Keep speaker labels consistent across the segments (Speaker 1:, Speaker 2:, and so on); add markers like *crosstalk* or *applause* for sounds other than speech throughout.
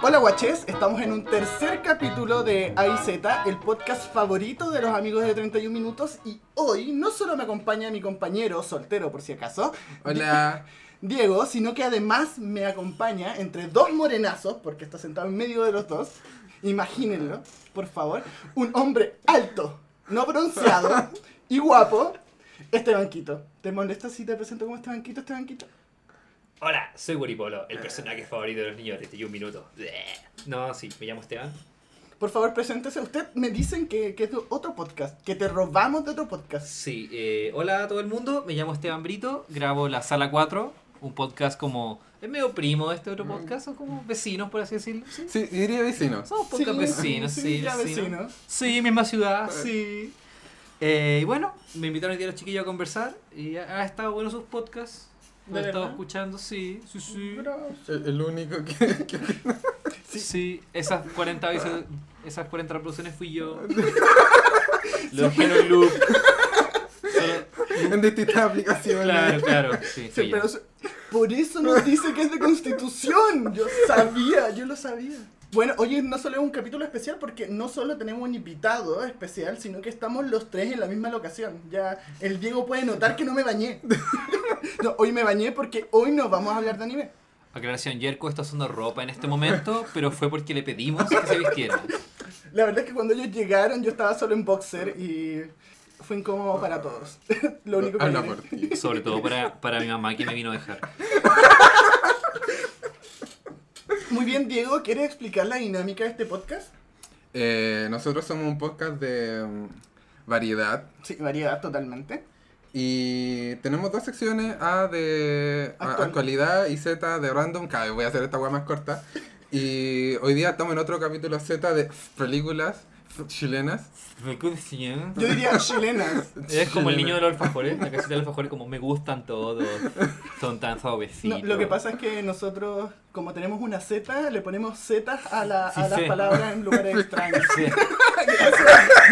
Speaker 1: Hola guaches, estamos en un tercer capítulo de AIZ, el podcast favorito de los amigos de 31 minutos y hoy no solo me acompaña mi compañero soltero por si acaso,
Speaker 2: Hola.
Speaker 1: Diego, sino que además me acompaña entre dos morenazos, porque está sentado en medio de los dos, imagínenlo, por favor, un hombre alto, no bronceado y guapo, este banquito. ¿Te molesta si te presento como este banquito, este banquito?
Speaker 3: Hola, soy Guaripolo,
Speaker 1: Eh.
Speaker 3: el personaje favorito de los niños
Speaker 4: este
Speaker 3: desde un minuto. Bleh. No, sí, me llamo Esteban.
Speaker 1: Por favor, preséntese. Usted me dicen que, que es de otro podcast, que te robamos de otro podcast.
Speaker 4: Sí, eh, hola a todo el mundo, me llamo Esteban Brito, grabo La Sala 4, un podcast como... Es medio primo de este
Speaker 1: Mm.
Speaker 4: otro podcast, o como vecinos, por así decirlo. ¿sí?
Speaker 2: Sí, diría vecinos.
Speaker 4: Somos podcast vecinos, pues sí,
Speaker 1: ya
Speaker 4: vecinos.
Speaker 1: vecinos.
Speaker 4: Sí, misma ciudad, sí. Eh, y bueno, me invitaron hoy día los chiquillos a conversar y ha, ha estado bueno sus podcasts. Lo he
Speaker 1: ¿De
Speaker 4: estado
Speaker 1: verdad?
Speaker 4: escuchando, sí, sí, sí.
Speaker 2: El, el único que, que-
Speaker 1: *laughs*
Speaker 4: Sí, esas 40 veces, esas 40 reproducciones
Speaker 1: *laughs*
Speaker 4: fui yo.
Speaker 3: Lo dejé en un loop.
Speaker 4: Solo-
Speaker 2: en distintas aplicaciones.
Speaker 4: claro, claro, sí,
Speaker 1: Sí,
Speaker 4: fui yo.
Speaker 1: pero eso- por eso nos dice que es de constitución. Yo sabía, yo lo sabía. Bueno, oye, no solo es un capítulo especial porque no solo tenemos un invitado especial, sino que estamos los tres en la misma locación. Ya el Diego puede notar que no me bañé. *laughs* No, hoy me bañé porque hoy nos vamos a hablar de anime.
Speaker 4: Aclaración, Jerko está usando ropa en este momento, pero fue porque le pedimos que se vistiera.
Speaker 1: La verdad es que cuando ellos llegaron yo estaba solo en boxer y fue incómodo para todos. *laughs* Lo único que
Speaker 4: Ah,
Speaker 2: Habla
Speaker 1: diré. *laughs*
Speaker 2: por ti.
Speaker 4: Sobre todo para, para mi mamá que me vino a dejar.
Speaker 1: Muy bien, Diego, ¿quieres explicar la dinámica de este podcast?
Speaker 2: Eh, nosotros somos un podcast de mm, variedad
Speaker 1: Sí, variedad totalmente.
Speaker 2: y tenemos dos secciones, A de a-
Speaker 1: Actual.
Speaker 2: actualidad y Z de random. Cada vez voy a hacer esta weá más corta. Y hoy día estamos en otro capítulo Z de películas chilenas.
Speaker 1: Yo diría *laughs* chilenas.
Speaker 4: Es como el niño de los alfajores, la casita de los alfajores, como me gustan todos, son tan
Speaker 1: No,
Speaker 4: suavecitos.
Speaker 1: lo que pasa es que nosotros, como tenemos una Z, le ponemos Z a, la-
Speaker 4: Sí,
Speaker 1: a las
Speaker 4: sí.
Speaker 1: palabras en lugares
Speaker 4: *laughs*
Speaker 1: extraños. *laughs*
Speaker 4: Sí.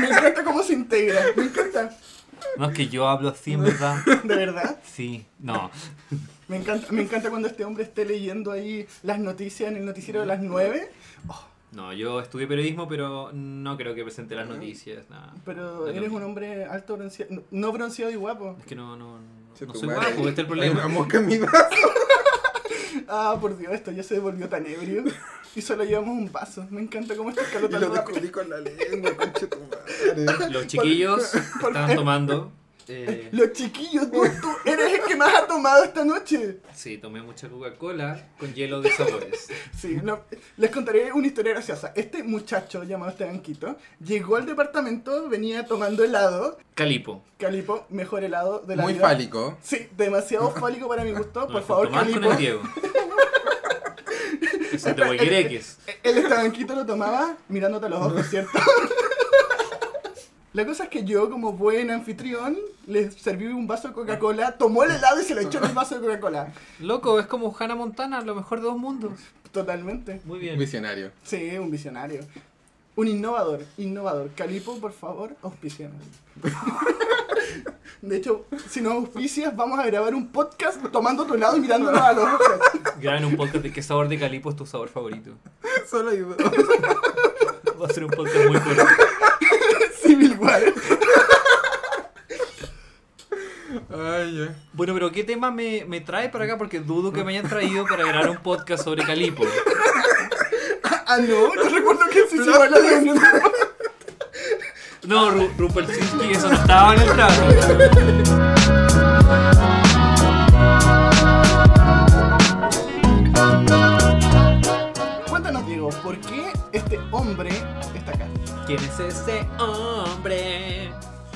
Speaker 1: Me encanta cómo se integra, me encanta,
Speaker 4: No es que yo hablo así, en verdad.
Speaker 1: de verdad.
Speaker 4: Sí, no.
Speaker 1: Me encanta, me encanta cuando este hombre esté leyendo ahí las noticias en el noticiero de las 9,
Speaker 4: No, yo estudié periodismo, pero no creo que presente las noticias, nada.
Speaker 1: pero eres un hombre alto bronceado, no- no bronceado y guapo.
Speaker 4: Es que no, no,
Speaker 2: Che,
Speaker 4: no
Speaker 2: tu
Speaker 4: soy
Speaker 2: madre.
Speaker 4: guapo,
Speaker 1: *laughs*
Speaker 4: este es el
Speaker 2: Hay una
Speaker 4: problema.
Speaker 2: mosca en mi
Speaker 1: Ah, por Dios, esto ya se volvió tan ebrio. Y solo llevamos un vaso. Me encanta cómo está escaló
Speaker 2: Y lo
Speaker 1: tan rápido.
Speaker 2: descubrí con la lengua, conchetumare.
Speaker 1: *laughs*
Speaker 4: Los chiquillos estaban tomando. eh,
Speaker 1: Los chiquillos, tú, tú eres el que más ha tomado esta noche.
Speaker 4: Sí, tomé mucha Coca-Cola con hielo de sabores.
Speaker 1: Sí, no, les contaré una historia graciosa. Este muchacho llamado Esteban Quito llegó al departamento, venía tomando helado.
Speaker 4: Calipo.
Speaker 1: Calipo, mejor helado de la
Speaker 2: Muy
Speaker 1: vida.
Speaker 2: fálico.
Speaker 1: Sí, demasiado fálico para mi gusto.
Speaker 4: *laughs* No,
Speaker 1: Por
Speaker 4: me
Speaker 1: favor,
Speaker 4: junto más
Speaker 1: Calipo.
Speaker 4: con
Speaker 1: *laughs*
Speaker 4: el Diego. Eso te voy a ir X.
Speaker 1: El estabanquito lo tomaba mirándote a los ojos, ¿cierto? La cosa es que yo, como buen anfitrión, les serví un vaso de Coca-Cola, tomó el helado y se lo echó en el vaso de Coca-Cola.
Speaker 4: Loco, es como Hannah Montana, lo mejor de dos mundos.
Speaker 1: Totalmente.
Speaker 4: Muy bien.
Speaker 2: Visionario.
Speaker 1: Sí, un visionario. Un innovador, innovador. Calipo, por favor, auspicianos. De hecho, si no auspicias, vamos a grabar un podcast tomando tu helado y mirándonos a los ojos.
Speaker 4: Graben un podcast de qué sabor de calipo es tu sabor favorito.
Speaker 1: *laughs*
Speaker 2: Solo hay dos.
Speaker 4: Va a ser un podcast muy corto.
Speaker 1: Civil War.
Speaker 2: Ay, ya.
Speaker 4: Bueno, pero ¿qué tema me, me trae para acá? Porque dudo que me hayan traído para grabar un podcast sobre calipo.
Speaker 1: Ah, no, no recuerdo que se llevó a la reunión.
Speaker 4: No, Ru Rupert Sinti, eso no estaba en el trato.
Speaker 1: Cuéntanos, Diego, ¿por qué este hombre está acá?
Speaker 4: ¿Quién es ese hombre?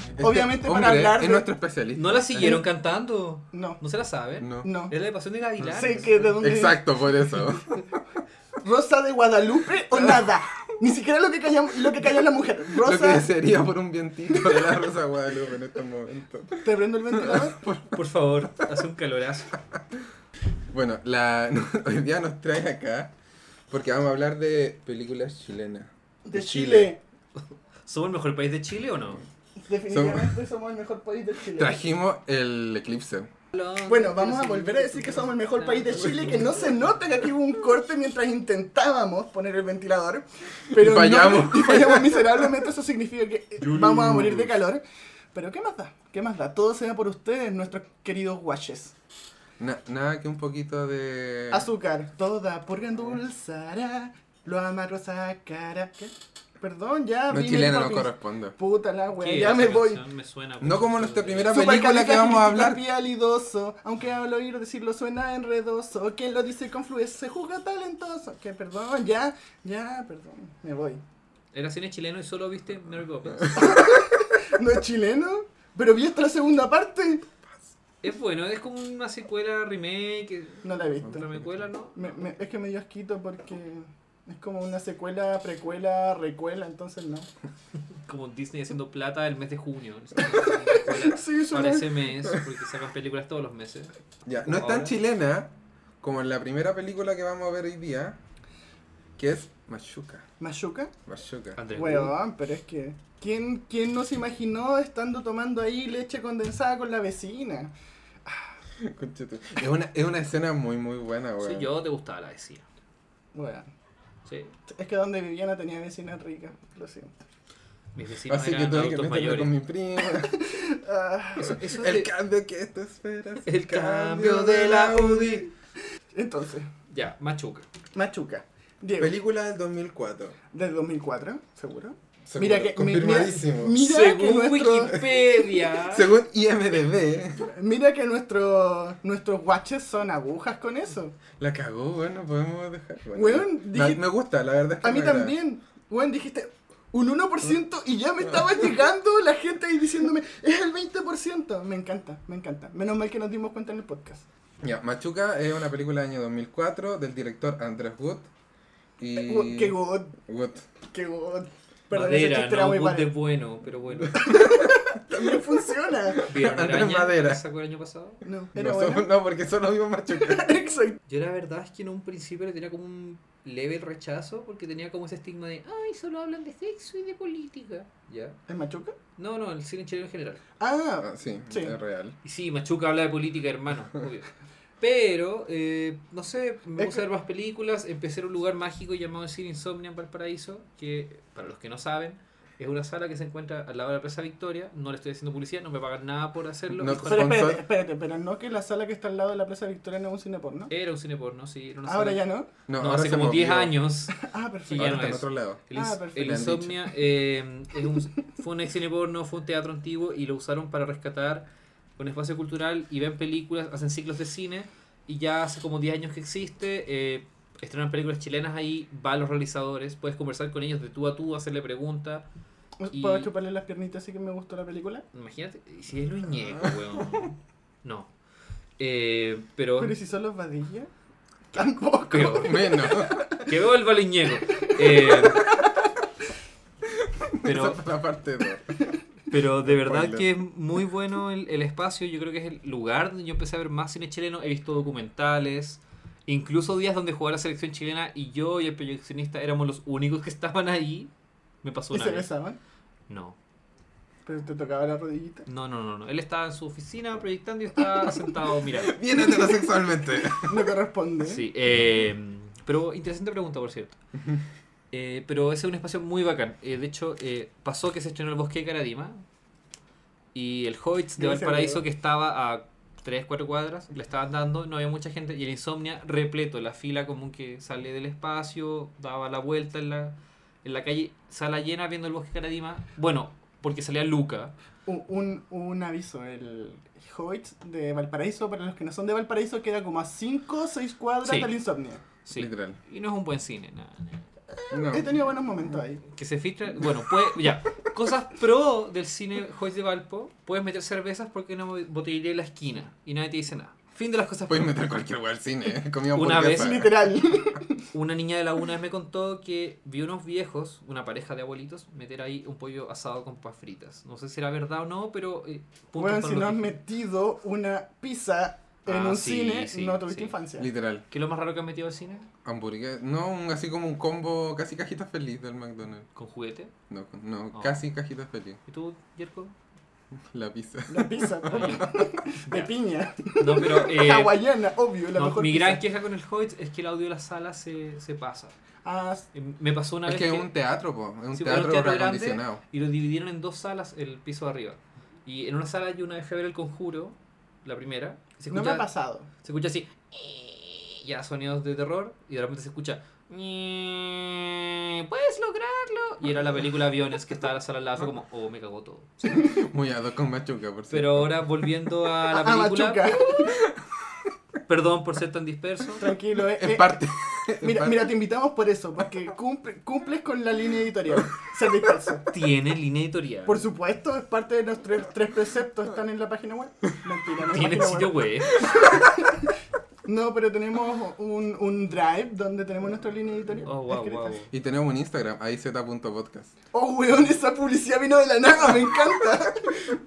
Speaker 2: Este
Speaker 1: Obviamente para
Speaker 2: hombre
Speaker 1: hablar
Speaker 2: Es
Speaker 1: de-
Speaker 2: nuestro especialista.
Speaker 4: ¿No la siguieron cantando?
Speaker 1: No,
Speaker 4: ¿No se la saben?
Speaker 2: No.
Speaker 1: no.
Speaker 4: Es la de Pasión de Gavilanes.
Speaker 1: Sé que de dónde
Speaker 2: Exacto, por
Speaker 1: *laughs*
Speaker 2: eso.
Speaker 1: Rosa de Guadalupe o nada. Ni siquiera lo que calla, lo que calla la mujer.
Speaker 2: Lo que
Speaker 1: Rosa,
Speaker 2: desearía por un vientito de la Rosa Guadalupe en este estos momentos.
Speaker 1: te prendo el ventilador.
Speaker 2: *laughs*
Speaker 4: Por favor, hace un calorazo.
Speaker 2: Bueno, la... *laughs* hoy día nos trae acá porque vamos a hablar de películas chilenas.
Speaker 1: De
Speaker 2: De
Speaker 1: Chile.
Speaker 2: Chile.
Speaker 4: ¿Somos el mejor país de Chile o no?
Speaker 1: Definitivamente somos el mejor país de Chile.
Speaker 2: Trajimos el eclipse.
Speaker 1: Bueno, vamos a volver a decir que somos el mejor país de Chile, que no se nota que aquí hubo un corte mientras intentábamos poner el ventilador. Pero
Speaker 2: Y fallamos.
Speaker 1: no- y fallamos miserablemente, eso significa que
Speaker 2: *laughs*
Speaker 1: eh, vamos a morir de calor. Pero ¿qué más da? ¿Qué más da? Todo sea por ustedes, nuestros queridos guaches.
Speaker 2: Na- nada que un poquito de.
Speaker 1: Azúcar, toda por endulzará, lo amargo sacará. ¿Qué? Perdón, ya.
Speaker 2: No es
Speaker 1: Mary
Speaker 2: chileno, no
Speaker 1: Poppins.
Speaker 2: corresponde.
Speaker 1: Puta la wea,
Speaker 4: ¿Qué?
Speaker 1: ya me
Speaker 4: Esa
Speaker 1: voy.
Speaker 4: canción me suena
Speaker 2: No como
Speaker 4: mucho
Speaker 2: nuestra
Speaker 4: de-
Speaker 2: primera película que vamos a hablar.
Speaker 1: Supercalifragilisticopialidoso, Aunque al oír decirlo suena enredoso. Quien lo dice con fluidez se juzga talentoso. Que perdón, ya, ya, perdón. Me voy. *laughs*
Speaker 4: Era cine chileno y solo viste Mary Poppins.
Speaker 1: ¿No es chileno? Pero vi hasta la segunda parte.
Speaker 4: es bueno, es como una secuela, remake,
Speaker 1: No la he visto.
Speaker 4: otra secuela, ¿no?
Speaker 1: Me- me- es que me dio asquito porque es como una secuela, precuela, recuela, entonces no. *laughs*
Speaker 4: Como Disney haciendo plata el mes de *laughs* junio.
Speaker 1: Sí, suena-
Speaker 4: Para ese mes, porque sacan películas todos los meses.
Speaker 2: Ya, no es tan
Speaker 4: Ahora.
Speaker 2: chilena como en la primera película que vamos a ver hoy día, que es Machuca.
Speaker 1: ¿Machuca?
Speaker 2: Machuca.
Speaker 4: Andrés Wood.
Speaker 1: Weón, pero es que. ¿quién, ¿Quién no se imaginó estando tomando ahí leche condensada con la vecina?
Speaker 2: Conchetu- Es una, es una escena muy, muy buena, weón.
Speaker 4: Sí, yo te gustaba la vecina.
Speaker 1: Weón.
Speaker 4: Sí.
Speaker 1: Es que donde vivía no tenía vecinas ricas, lo siento.
Speaker 4: Mis vecinos
Speaker 2: Así que
Speaker 4: eran
Speaker 2: tuve que
Speaker 4: adultos
Speaker 2: meterme con
Speaker 4: mayores.
Speaker 2: mi
Speaker 1: *laughs*
Speaker 2: prima.
Speaker 1: Ah,
Speaker 4: Eso, eso
Speaker 2: El
Speaker 4: de-
Speaker 2: cambio que esto esperas.
Speaker 4: el cambio de la UDI.
Speaker 1: entonces,
Speaker 4: Ya, Machuca.
Speaker 1: Machuca. Diego,
Speaker 2: Película del 2004.
Speaker 1: del 2004, seguro.
Speaker 2: Seguro,
Speaker 1: Mira que- mi- mira-
Speaker 2: confirmadísimo.
Speaker 1: Mira que
Speaker 4: Según
Speaker 1: nuestro-
Speaker 4: Wikipedia.
Speaker 2: *laughs* Según IMDB,
Speaker 1: Mira que nuestro, nuestros watches son agujas con eso.
Speaker 2: la cagó, bueno, podemos dejar. Bueno,
Speaker 1: Weón,
Speaker 2: me-
Speaker 1: dije-
Speaker 2: me gusta, la verdad es que
Speaker 1: A mí
Speaker 2: me agrada.
Speaker 1: también. Weón, dijiste un 1% y ya me estaba llegando la gente ahí diciéndome, es el 20%. Me encanta, me encanta. Menos mal que nos dimos cuenta en el podcast.
Speaker 2: Ya, Machuca es una película del año 2004 del director Andrés Wood. Y...
Speaker 1: Qué god,
Speaker 2: Wood.
Speaker 1: qué god. Perdón, ese
Speaker 4: Madera,
Speaker 1: chiste era
Speaker 4: no,
Speaker 1: muy
Speaker 4: Wood
Speaker 1: barato.
Speaker 4: es bueno, pero *laughs* bueno.
Speaker 1: También *laughs* funciona.
Speaker 4: ¿Vieron
Speaker 2: Andrés
Speaker 4: Araña?
Speaker 2: Madera.
Speaker 4: ¿La sacó el año pasado?
Speaker 1: No, era
Speaker 2: No, *laughs*
Speaker 1: bueno.
Speaker 2: so-
Speaker 1: *laughs*
Speaker 2: no, porque solo vimos Machuca.
Speaker 1: Exacto.
Speaker 4: Yo la verdad es que en un principio le tenía como un leve rechazo porque tenía como ese estigma de, ay, solo hablan de sexo y de política. ¿Ya?
Speaker 1: ¿Es Machuca?
Speaker 4: No, no, el cine chileno en general.
Speaker 1: Ah,
Speaker 2: Ah, sí,
Speaker 1: Sí.
Speaker 2: es real.
Speaker 4: Y sí, Machuca habla de política, hermano, obvio. Pero, eh, no sé, me
Speaker 1: Es
Speaker 4: puse a
Speaker 1: que-
Speaker 4: ver más películas, empecé en un lugar mágico llamado el Cine Insomnia en Valparaíso, que para los que no saben, es una sala que se encuentra al lado de la Plaza Victoria, no le estoy haciendo publicidad, no me pagan nada por hacerlo.
Speaker 2: No
Speaker 4: y
Speaker 2: te-
Speaker 1: Pero
Speaker 2: Sponsor.
Speaker 1: espérate, espérate, pero no que la sala que está al lado de la Plaza Victoria no es un cine porno.
Speaker 4: Era un cine porno, sí, era una
Speaker 1: Ahora
Speaker 4: sala-
Speaker 1: ya no.
Speaker 2: No,
Speaker 4: No,
Speaker 2: ahora
Speaker 4: hace
Speaker 2: se
Speaker 4: como
Speaker 2: movió.
Speaker 4: 10 años.
Speaker 1: Ah, perfecto.
Speaker 4: Y ya
Speaker 2: Ahora
Speaker 4: no
Speaker 2: está en
Speaker 4: es.
Speaker 2: otro lado.
Speaker 4: El,
Speaker 1: Ah,
Speaker 4: ins-
Speaker 1: perfecto.
Speaker 4: el
Speaker 2: Le han dicho.
Speaker 4: Insomnia eh, es un- fue un cine porno, fue un teatro antiguo y lo usaron para rescatar un espacio cultural y ven películas, hacen ciclos de cine y ya hace como 10 años que existe. eh, estrenan películas chilenas ahí, van los realizadores, puedes conversar con ellos de tú a tú, hacerle preguntas.
Speaker 1: ¿Puedo
Speaker 4: Y-
Speaker 1: chuparle las piernitas así que me gustó la película?
Speaker 4: Imagínate, y si es lo *laughs* ñeco, weón. No. Eh, pero
Speaker 1: Pero si son los Badilla, *laughs* tampoco.
Speaker 4: peor.
Speaker 2: *laughs* Menos.
Speaker 4: Que veo el valiñeco.
Speaker 1: *laughs*
Speaker 4: Eh,
Speaker 2: Pero...
Speaker 4: pero
Speaker 2: la parte 2.
Speaker 4: Pero de verdad
Speaker 2: Spoiler.
Speaker 4: que es muy bueno el, el espacio. Yo creo que es el lugar donde yo empecé a ver más cine chileno. He visto documentales. Incluso días donde jugaba la selección chilena y yo y el proyeccionista éramos los únicos que estaban ahí. Me pasó
Speaker 1: ¿Y
Speaker 4: una
Speaker 1: se
Speaker 4: vez.
Speaker 1: besaban?
Speaker 4: No,
Speaker 1: Pero te tocaba la rodillita.
Speaker 4: no, no, no, no. Él estaba en su oficina proyectando y yo estaba sentado mirando.
Speaker 2: Bien heterosexualmente.
Speaker 1: No corresponde.
Speaker 4: Sí, eh, pero interesante pregunta, por cierto. Eh, pero ese es un espacio muy bacán. Eh, de hecho, eh, pasó que se estrenó el Bosque de Caradima y el Hoyts de
Speaker 1: Gracias,
Speaker 4: Valparaíso,
Speaker 1: Diego.
Speaker 4: que estaba a 3, 4 cuadras, le estaban dando, no había mucha gente, y el Insomnia repleto, la fila común que sale del espacio, daba la vuelta en la, en la calle, sala llena viendo el Bosque de Caradima. Bueno, porque salía Luca.
Speaker 1: *laughs* Un, un, un aviso, el Hoyt de Valparaíso, para los que no son de Valparaíso, queda como a 5 o 6 cuadras
Speaker 4: Sí.
Speaker 1: del insomnio.
Speaker 4: Sí.
Speaker 2: Literal.
Speaker 4: Y no es un buen cine, nada. nada.
Speaker 2: No.
Speaker 1: He tenido buenos momentos ahí.
Speaker 4: que se filtra. Bueno, puede, *laughs* ya. Cosas pro del cine Hoy de Valpo. Puedes meter cervezas porque no botillería en la esquina y nadie te dice nada. Fin de las cosas pro.
Speaker 2: Puedes meter cualquier weón al cine. Comía
Speaker 4: Una
Speaker 2: hamburguesa.
Speaker 4: vez-
Speaker 1: Literal.
Speaker 4: Una niña de la una vez me contó que vio unos viejos, una pareja de abuelitos, meter ahí un pollo asado con papas fritas. No sé si era verdad o no, pero. eh, puntos
Speaker 1: Bueno, si
Speaker 4: para los
Speaker 1: no has
Speaker 4: viejos.
Speaker 1: metido una pizza en
Speaker 4: Ah,
Speaker 1: un
Speaker 4: sí,
Speaker 1: cine,
Speaker 4: sí,
Speaker 1: no tuviste
Speaker 4: sí.
Speaker 1: infancia.
Speaker 2: Literal.
Speaker 4: ¿Qué es lo más raro que han metido al cine?
Speaker 2: Hamburguesa. No, un- así como un combo, casi cajita feliz del McDonald's.
Speaker 4: Con juguete.
Speaker 2: No, no
Speaker 4: Oh.
Speaker 2: casi cajita feliz.
Speaker 4: ¿Y tú, Jerko?
Speaker 2: La pizza.
Speaker 1: La
Speaker 4: *laughs*
Speaker 1: pizza *laughs* de piña.
Speaker 4: No,
Speaker 1: *laughs*
Speaker 4: pero. eh,
Speaker 1: Hawaiana, obvio, la
Speaker 4: no,
Speaker 1: mejor
Speaker 4: mi
Speaker 1: pizza.
Speaker 4: gran queja con el Hoyt es que el audio de la sala se, se pasa.
Speaker 1: Ah,
Speaker 4: Eh, Me pasó una
Speaker 2: Es
Speaker 4: vez
Speaker 2: que es un teatro, po. Es un
Speaker 4: Sí,
Speaker 2: teatro,
Speaker 4: era un teatro grande.
Speaker 2: reacondicionado. *laughs*
Speaker 4: y lo dividieron en dos salas el piso de arriba. Y en una sala yo una vez fui a ver el conjuro, la primera. y Se
Speaker 1: no
Speaker 4: escucha,
Speaker 1: me ha pasado.
Speaker 4: se escucha así. "Eh", Ya sonidos de terror. Y de repente se escucha. "Eh, Puedes lograrlo. Y era la película Aviones que estaba en la sala al lado. Fue como, oh, me cagó todo.
Speaker 2: Muy ad hoc con Machuca, por
Speaker 4: Pero ahora volviendo
Speaker 1: *laughs*
Speaker 4: a la
Speaker 1: Ah,
Speaker 4: película.
Speaker 1: machuca. *laughs*
Speaker 4: Perdón por ser tan disperso.
Speaker 1: Tranquilo, eh,
Speaker 2: En
Speaker 1: eh,
Speaker 4: *laughs*
Speaker 2: parte. en
Speaker 1: Mira,
Speaker 2: parte.
Speaker 1: mira, te invitamos por eso, porque cumple- cumples con la línea
Speaker 2: *laughs*
Speaker 1: editorial. Ser disperso.
Speaker 4: Tiene línea editorial.
Speaker 1: Por supuesto, es parte de nuestros tres preceptos, están en la página web. Mentira, no en la
Speaker 4: Tiene
Speaker 1: página
Speaker 4: sitio
Speaker 1: web.
Speaker 4: web.
Speaker 1: No, pero tenemos un, un drive donde tenemos nuestra línea editorial.
Speaker 4: Oh, wow,
Speaker 1: escrita.
Speaker 4: wow.
Speaker 2: Y tenemos un Instagram, ahí z.podcast.
Speaker 1: Oh, weón, esa publicidad vino de la nada, me encanta.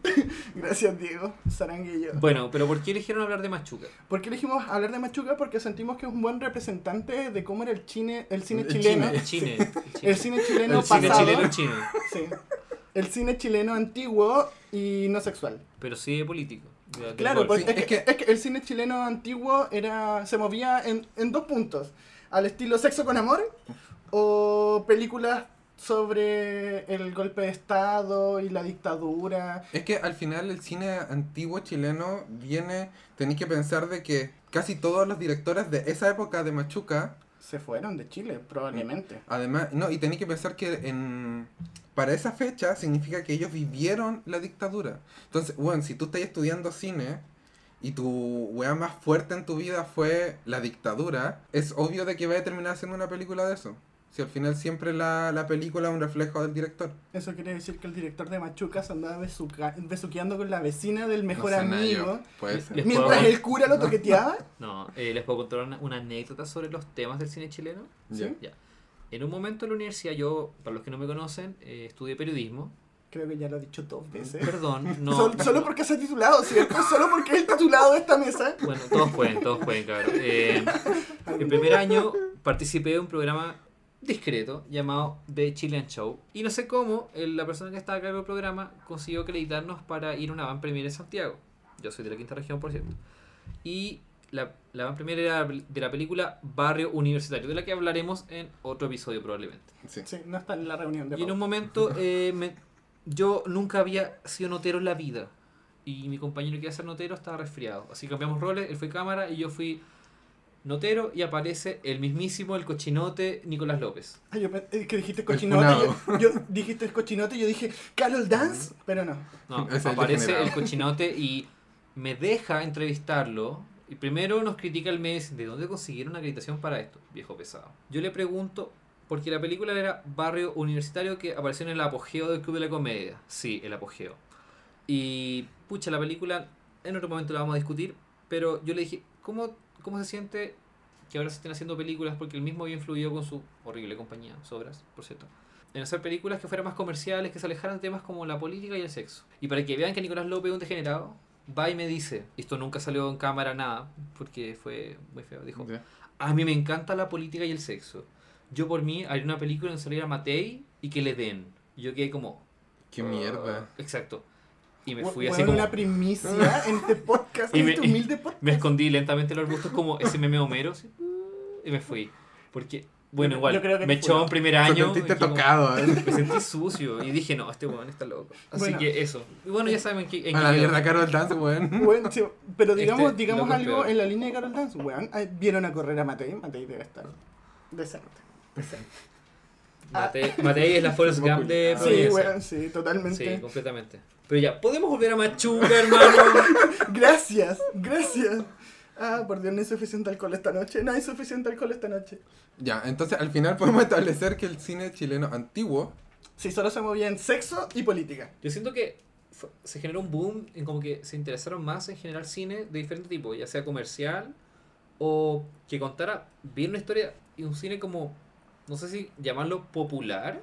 Speaker 1: *laughs* Gracias, Diego, Saranguillo.
Speaker 4: Bueno, pero ¿por qué eligieron hablar de Machuca?
Speaker 1: ¿Por qué elegimos hablar de Machuca? Porque sentimos que es un buen representante de cómo era el cine, el cine
Speaker 2: El
Speaker 1: chileno.
Speaker 2: cine.
Speaker 4: Chile. El
Speaker 1: El
Speaker 4: chile.
Speaker 1: cine chileno
Speaker 4: El cine
Speaker 1: pasado.
Speaker 4: chileno chino.
Speaker 1: Sí. El cine chileno antiguo y no sexual.
Speaker 4: Pero sí de político. de- de
Speaker 1: Claro,
Speaker 4: golpe.
Speaker 1: porque
Speaker 2: Sí,
Speaker 1: es,
Speaker 2: es
Speaker 1: que,
Speaker 2: que-
Speaker 1: es que el cine chileno antiguo era se movía en, en dos puntos. Al estilo Sexo con Amor o películas sobre el golpe de Estado y la dictadura.
Speaker 2: Es que al final el cine antiguo chileno viene. Tenéis que pensar de que casi todos los directores de esa época de Machuca
Speaker 1: Se fueron de Chile, probablemente.
Speaker 2: Además, no, y tenéis que pensar que en para esa fecha significa que ellos vivieron la dictadura. Entonces, bueno, si tú estás estudiando cine y tu weá más fuerte en tu vida fue la dictadura, es obvio de que va a terminar haciendo una película de eso. Si al final siempre la, la película es un reflejo del director.
Speaker 1: Eso quiere decir que el director de Machuca se andaba besuca- besuqueando con la vecina del mejor
Speaker 2: No sé, nada, yo-
Speaker 1: amigo.
Speaker 2: Puede ser.
Speaker 4: Les
Speaker 1: Mientras
Speaker 4: puedo-
Speaker 1: el cura lo toqueteaba.
Speaker 4: No, eh, les puedo contar una, una anécdota sobre los temas del cine chileno.
Speaker 2: Ya.
Speaker 1: ¿Sí?
Speaker 4: En un momento en la universidad, yo, para los que no me conocen, eh, estudié periodismo.
Speaker 1: Creo que ya lo he dicho dos veces. *laughs*
Speaker 4: Perdón, no.
Speaker 1: Sol- solo porque se ha titulado, ¿cierto? Solo porque es el titulado de esta mesa.
Speaker 4: Bueno, todos pueden, todos pueden, cabrón. Eh, en primer año participé de un programa discreto llamado The Chilean Show. Y no sé cómo el- la persona que estaba a cargo del programa consiguió acreditarnos para ir a una van premier en Santiago. Yo soy de la quinta región, por cierto. Y la, la van premier era de la película Barrio Universitario, de la que hablaremos en otro episodio probablemente.
Speaker 2: Sí.
Speaker 1: Sí, no está en la reunión de
Speaker 4: Y en
Speaker 1: Pau.
Speaker 4: un momento
Speaker 1: *laughs*
Speaker 4: eh, me- yo nunca había sido notero en la vida. Y mi compañero que iba a ser notero estaba resfriado. Así que cambiamos roles, él fue cámara y yo fui notero y aparece el mismísimo, el cochinote Nicolás López.
Speaker 1: Ah, yo pe- eh, que dijiste cochinote. Yo, yo- dijiste cochinote y yo dije, Carol Dance, pero no.
Speaker 4: No,
Speaker 2: Es el
Speaker 4: aparece
Speaker 2: degenerado.
Speaker 4: el cochinote y me deja entrevistarlo. Y primero nos critica el mes de dónde consiguieron una acreditación para esto, viejo pesado. Yo le pregunto, porque la película era Barrio Universitario que apareció en el apogeo del Club de la Comedia. Sí, el apogeo. Y pucha, la película en otro momento la vamos a discutir, pero yo le dije, ¿cómo, cómo se siente que ahora se estén haciendo películas? Porque él mismo había influido con su horrible compañía, Sobras, por cierto en hacer películas que fueran más comerciales, que se alejaran de temas como la política y el sexo. Y para que vean que Nicolás López es un degenerado, va y me dice, esto nunca salió en cámara nada, porque fue muy feo, dijo,
Speaker 2: Ya.
Speaker 4: a mí me encanta la política y el sexo. Yo por mí haría una película en salir a Matei y que le den. Y yo quedé como...
Speaker 2: Qué
Speaker 4: "Ah".
Speaker 2: mierda.
Speaker 4: Exacto. Y me
Speaker 1: Hue-
Speaker 4: fui
Speaker 1: hueón,
Speaker 4: así como...
Speaker 1: una
Speaker 4: *laughs*
Speaker 1: primicia en este podcast,
Speaker 4: Y
Speaker 1: en
Speaker 4: me-
Speaker 1: este humilde podcast.
Speaker 4: Me escondí lentamente en los arbustos como ese meme Homero. así, y me fui. Porque, bueno,
Speaker 1: Yo
Speaker 4: igual,
Speaker 1: creo que
Speaker 4: me
Speaker 1: fue.
Speaker 4: echó en primer
Speaker 2: Te
Speaker 4: año.
Speaker 2: sentiste
Speaker 4: y fue como-
Speaker 2: tocado. ¿eh?
Speaker 4: Me sentí sucio y dije, no, este weón está loco. Así
Speaker 1: Bueno.
Speaker 4: que eso. Y bueno, ya saben que. en
Speaker 2: A la
Speaker 4: qué quedó.
Speaker 2: mierda, Carol Dance, weón.
Speaker 1: Bueno, sí, pero digamos,
Speaker 4: Este,
Speaker 1: digamos
Speaker 4: loco es
Speaker 1: algo
Speaker 4: peor.
Speaker 1: en la línea de Carol Dance, weón. ah, Vieron a correr a Matei, Matei debe estar decente.
Speaker 4: Mate-
Speaker 2: *laughs*
Speaker 4: Matei es la Forrest Gump de
Speaker 1: Sí,
Speaker 2: Sí,
Speaker 4: Providencia.
Speaker 1: weón, sí,
Speaker 4: Sí,
Speaker 1: totalmente.
Speaker 4: completamente. Pero ya, podemos volver a Machuca, hermano.
Speaker 1: Gracias, gracias. Ah, por Dios, no hay suficiente alcohol esta noche. No hay suficiente alcohol esta noche.
Speaker 2: Ya, entonces al final podemos establecer que el cine chileno antiguo
Speaker 1: Sí, solo se movía en sexo y política.
Speaker 4: Yo siento que fue- se generó un boom en como que se interesaron más en generar cine de diferente tipo, ya sea comercial o que contara bien una historia y un cine como, no sé si llamarlo popular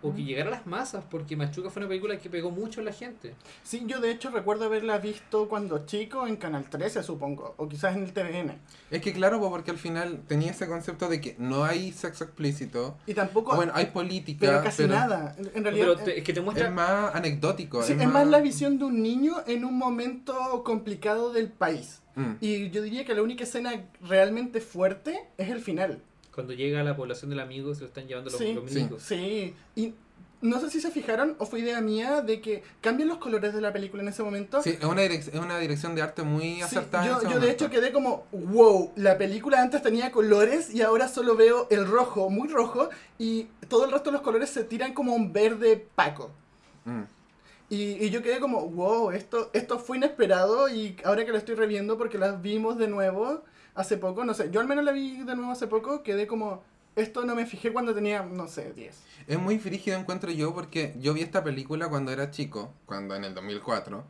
Speaker 4: o que llegara a las masas, porque Machuca fue una película que pegó mucho en la gente.
Speaker 1: Sí, yo de hecho recuerdo haberla visto cuando chico en Canal 13, supongo, o quizás en el TVN.
Speaker 2: Es que claro, pues, porque al final tenía ese concepto de que no hay sexo explícito.
Speaker 1: Y tampoco, eh,
Speaker 2: Bueno, hay política,
Speaker 1: pero casi nada. En- En realidad, eh,
Speaker 4: Pero te- es que te
Speaker 2: es
Speaker 4: muestra.
Speaker 2: más anecdótico.
Speaker 1: Sí, es más la visión de un niño en un momento complicado del país.
Speaker 2: Mm.
Speaker 1: Y yo diría que la única escena realmente fuerte es el final.
Speaker 4: Cuando llega a la población del amigo, se lo están llevando los,
Speaker 1: Sí,
Speaker 4: los
Speaker 2: sí.
Speaker 4: milicos.
Speaker 1: Sí, y no sé si se fijaron o fue idea mía de que cambian los colores de la película en ese momento.
Speaker 2: Sí, es una, direc- es una dirección de arte muy
Speaker 1: Sí,
Speaker 2: acertada. en
Speaker 1: yo,
Speaker 2: ese
Speaker 1: yo de
Speaker 2: momento.
Speaker 1: hecho quedé como, wow, la película antes tenía colores y ahora solo veo el rojo, muy rojo, y todo el resto de los colores se tiran como a un verde paco.
Speaker 2: Mm.
Speaker 1: Y, y yo quedé como, wow, esto, esto fue inesperado y ahora que lo estoy reviendo porque las vimos de nuevo hace poco, no sé, yo al menos la vi de nuevo hace poco, quedé como, esto no me fijé cuando tenía, no sé, 10.
Speaker 2: Es muy frígido encuentro yo porque yo vi esta película cuando era chico, cuando en el 2004,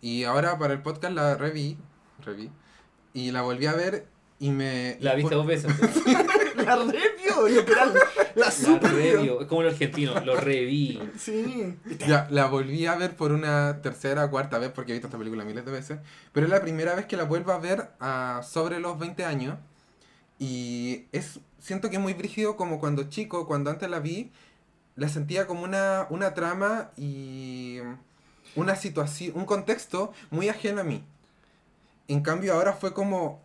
Speaker 2: y ahora para el podcast la reví, reví y la volví a ver y me...
Speaker 4: La
Speaker 2: y
Speaker 4: viste
Speaker 2: fue-
Speaker 4: dos veces.
Speaker 1: La revio, literal, la
Speaker 4: La
Speaker 1: super vio.
Speaker 4: revio. Es como los argentinos, lo reví.
Speaker 1: Sí,
Speaker 2: Ya, la volví a ver por una tercera o cuarta vez porque he visto esta película miles de veces, pero es la primera vez que la vuelvo a ver a sobre los 20 años y es siento que es muy brígido como cuando chico, cuando antes la vi, la sentía como una, una trama y una situación, un contexto muy ajeno a mí. En cambio ahora fue como,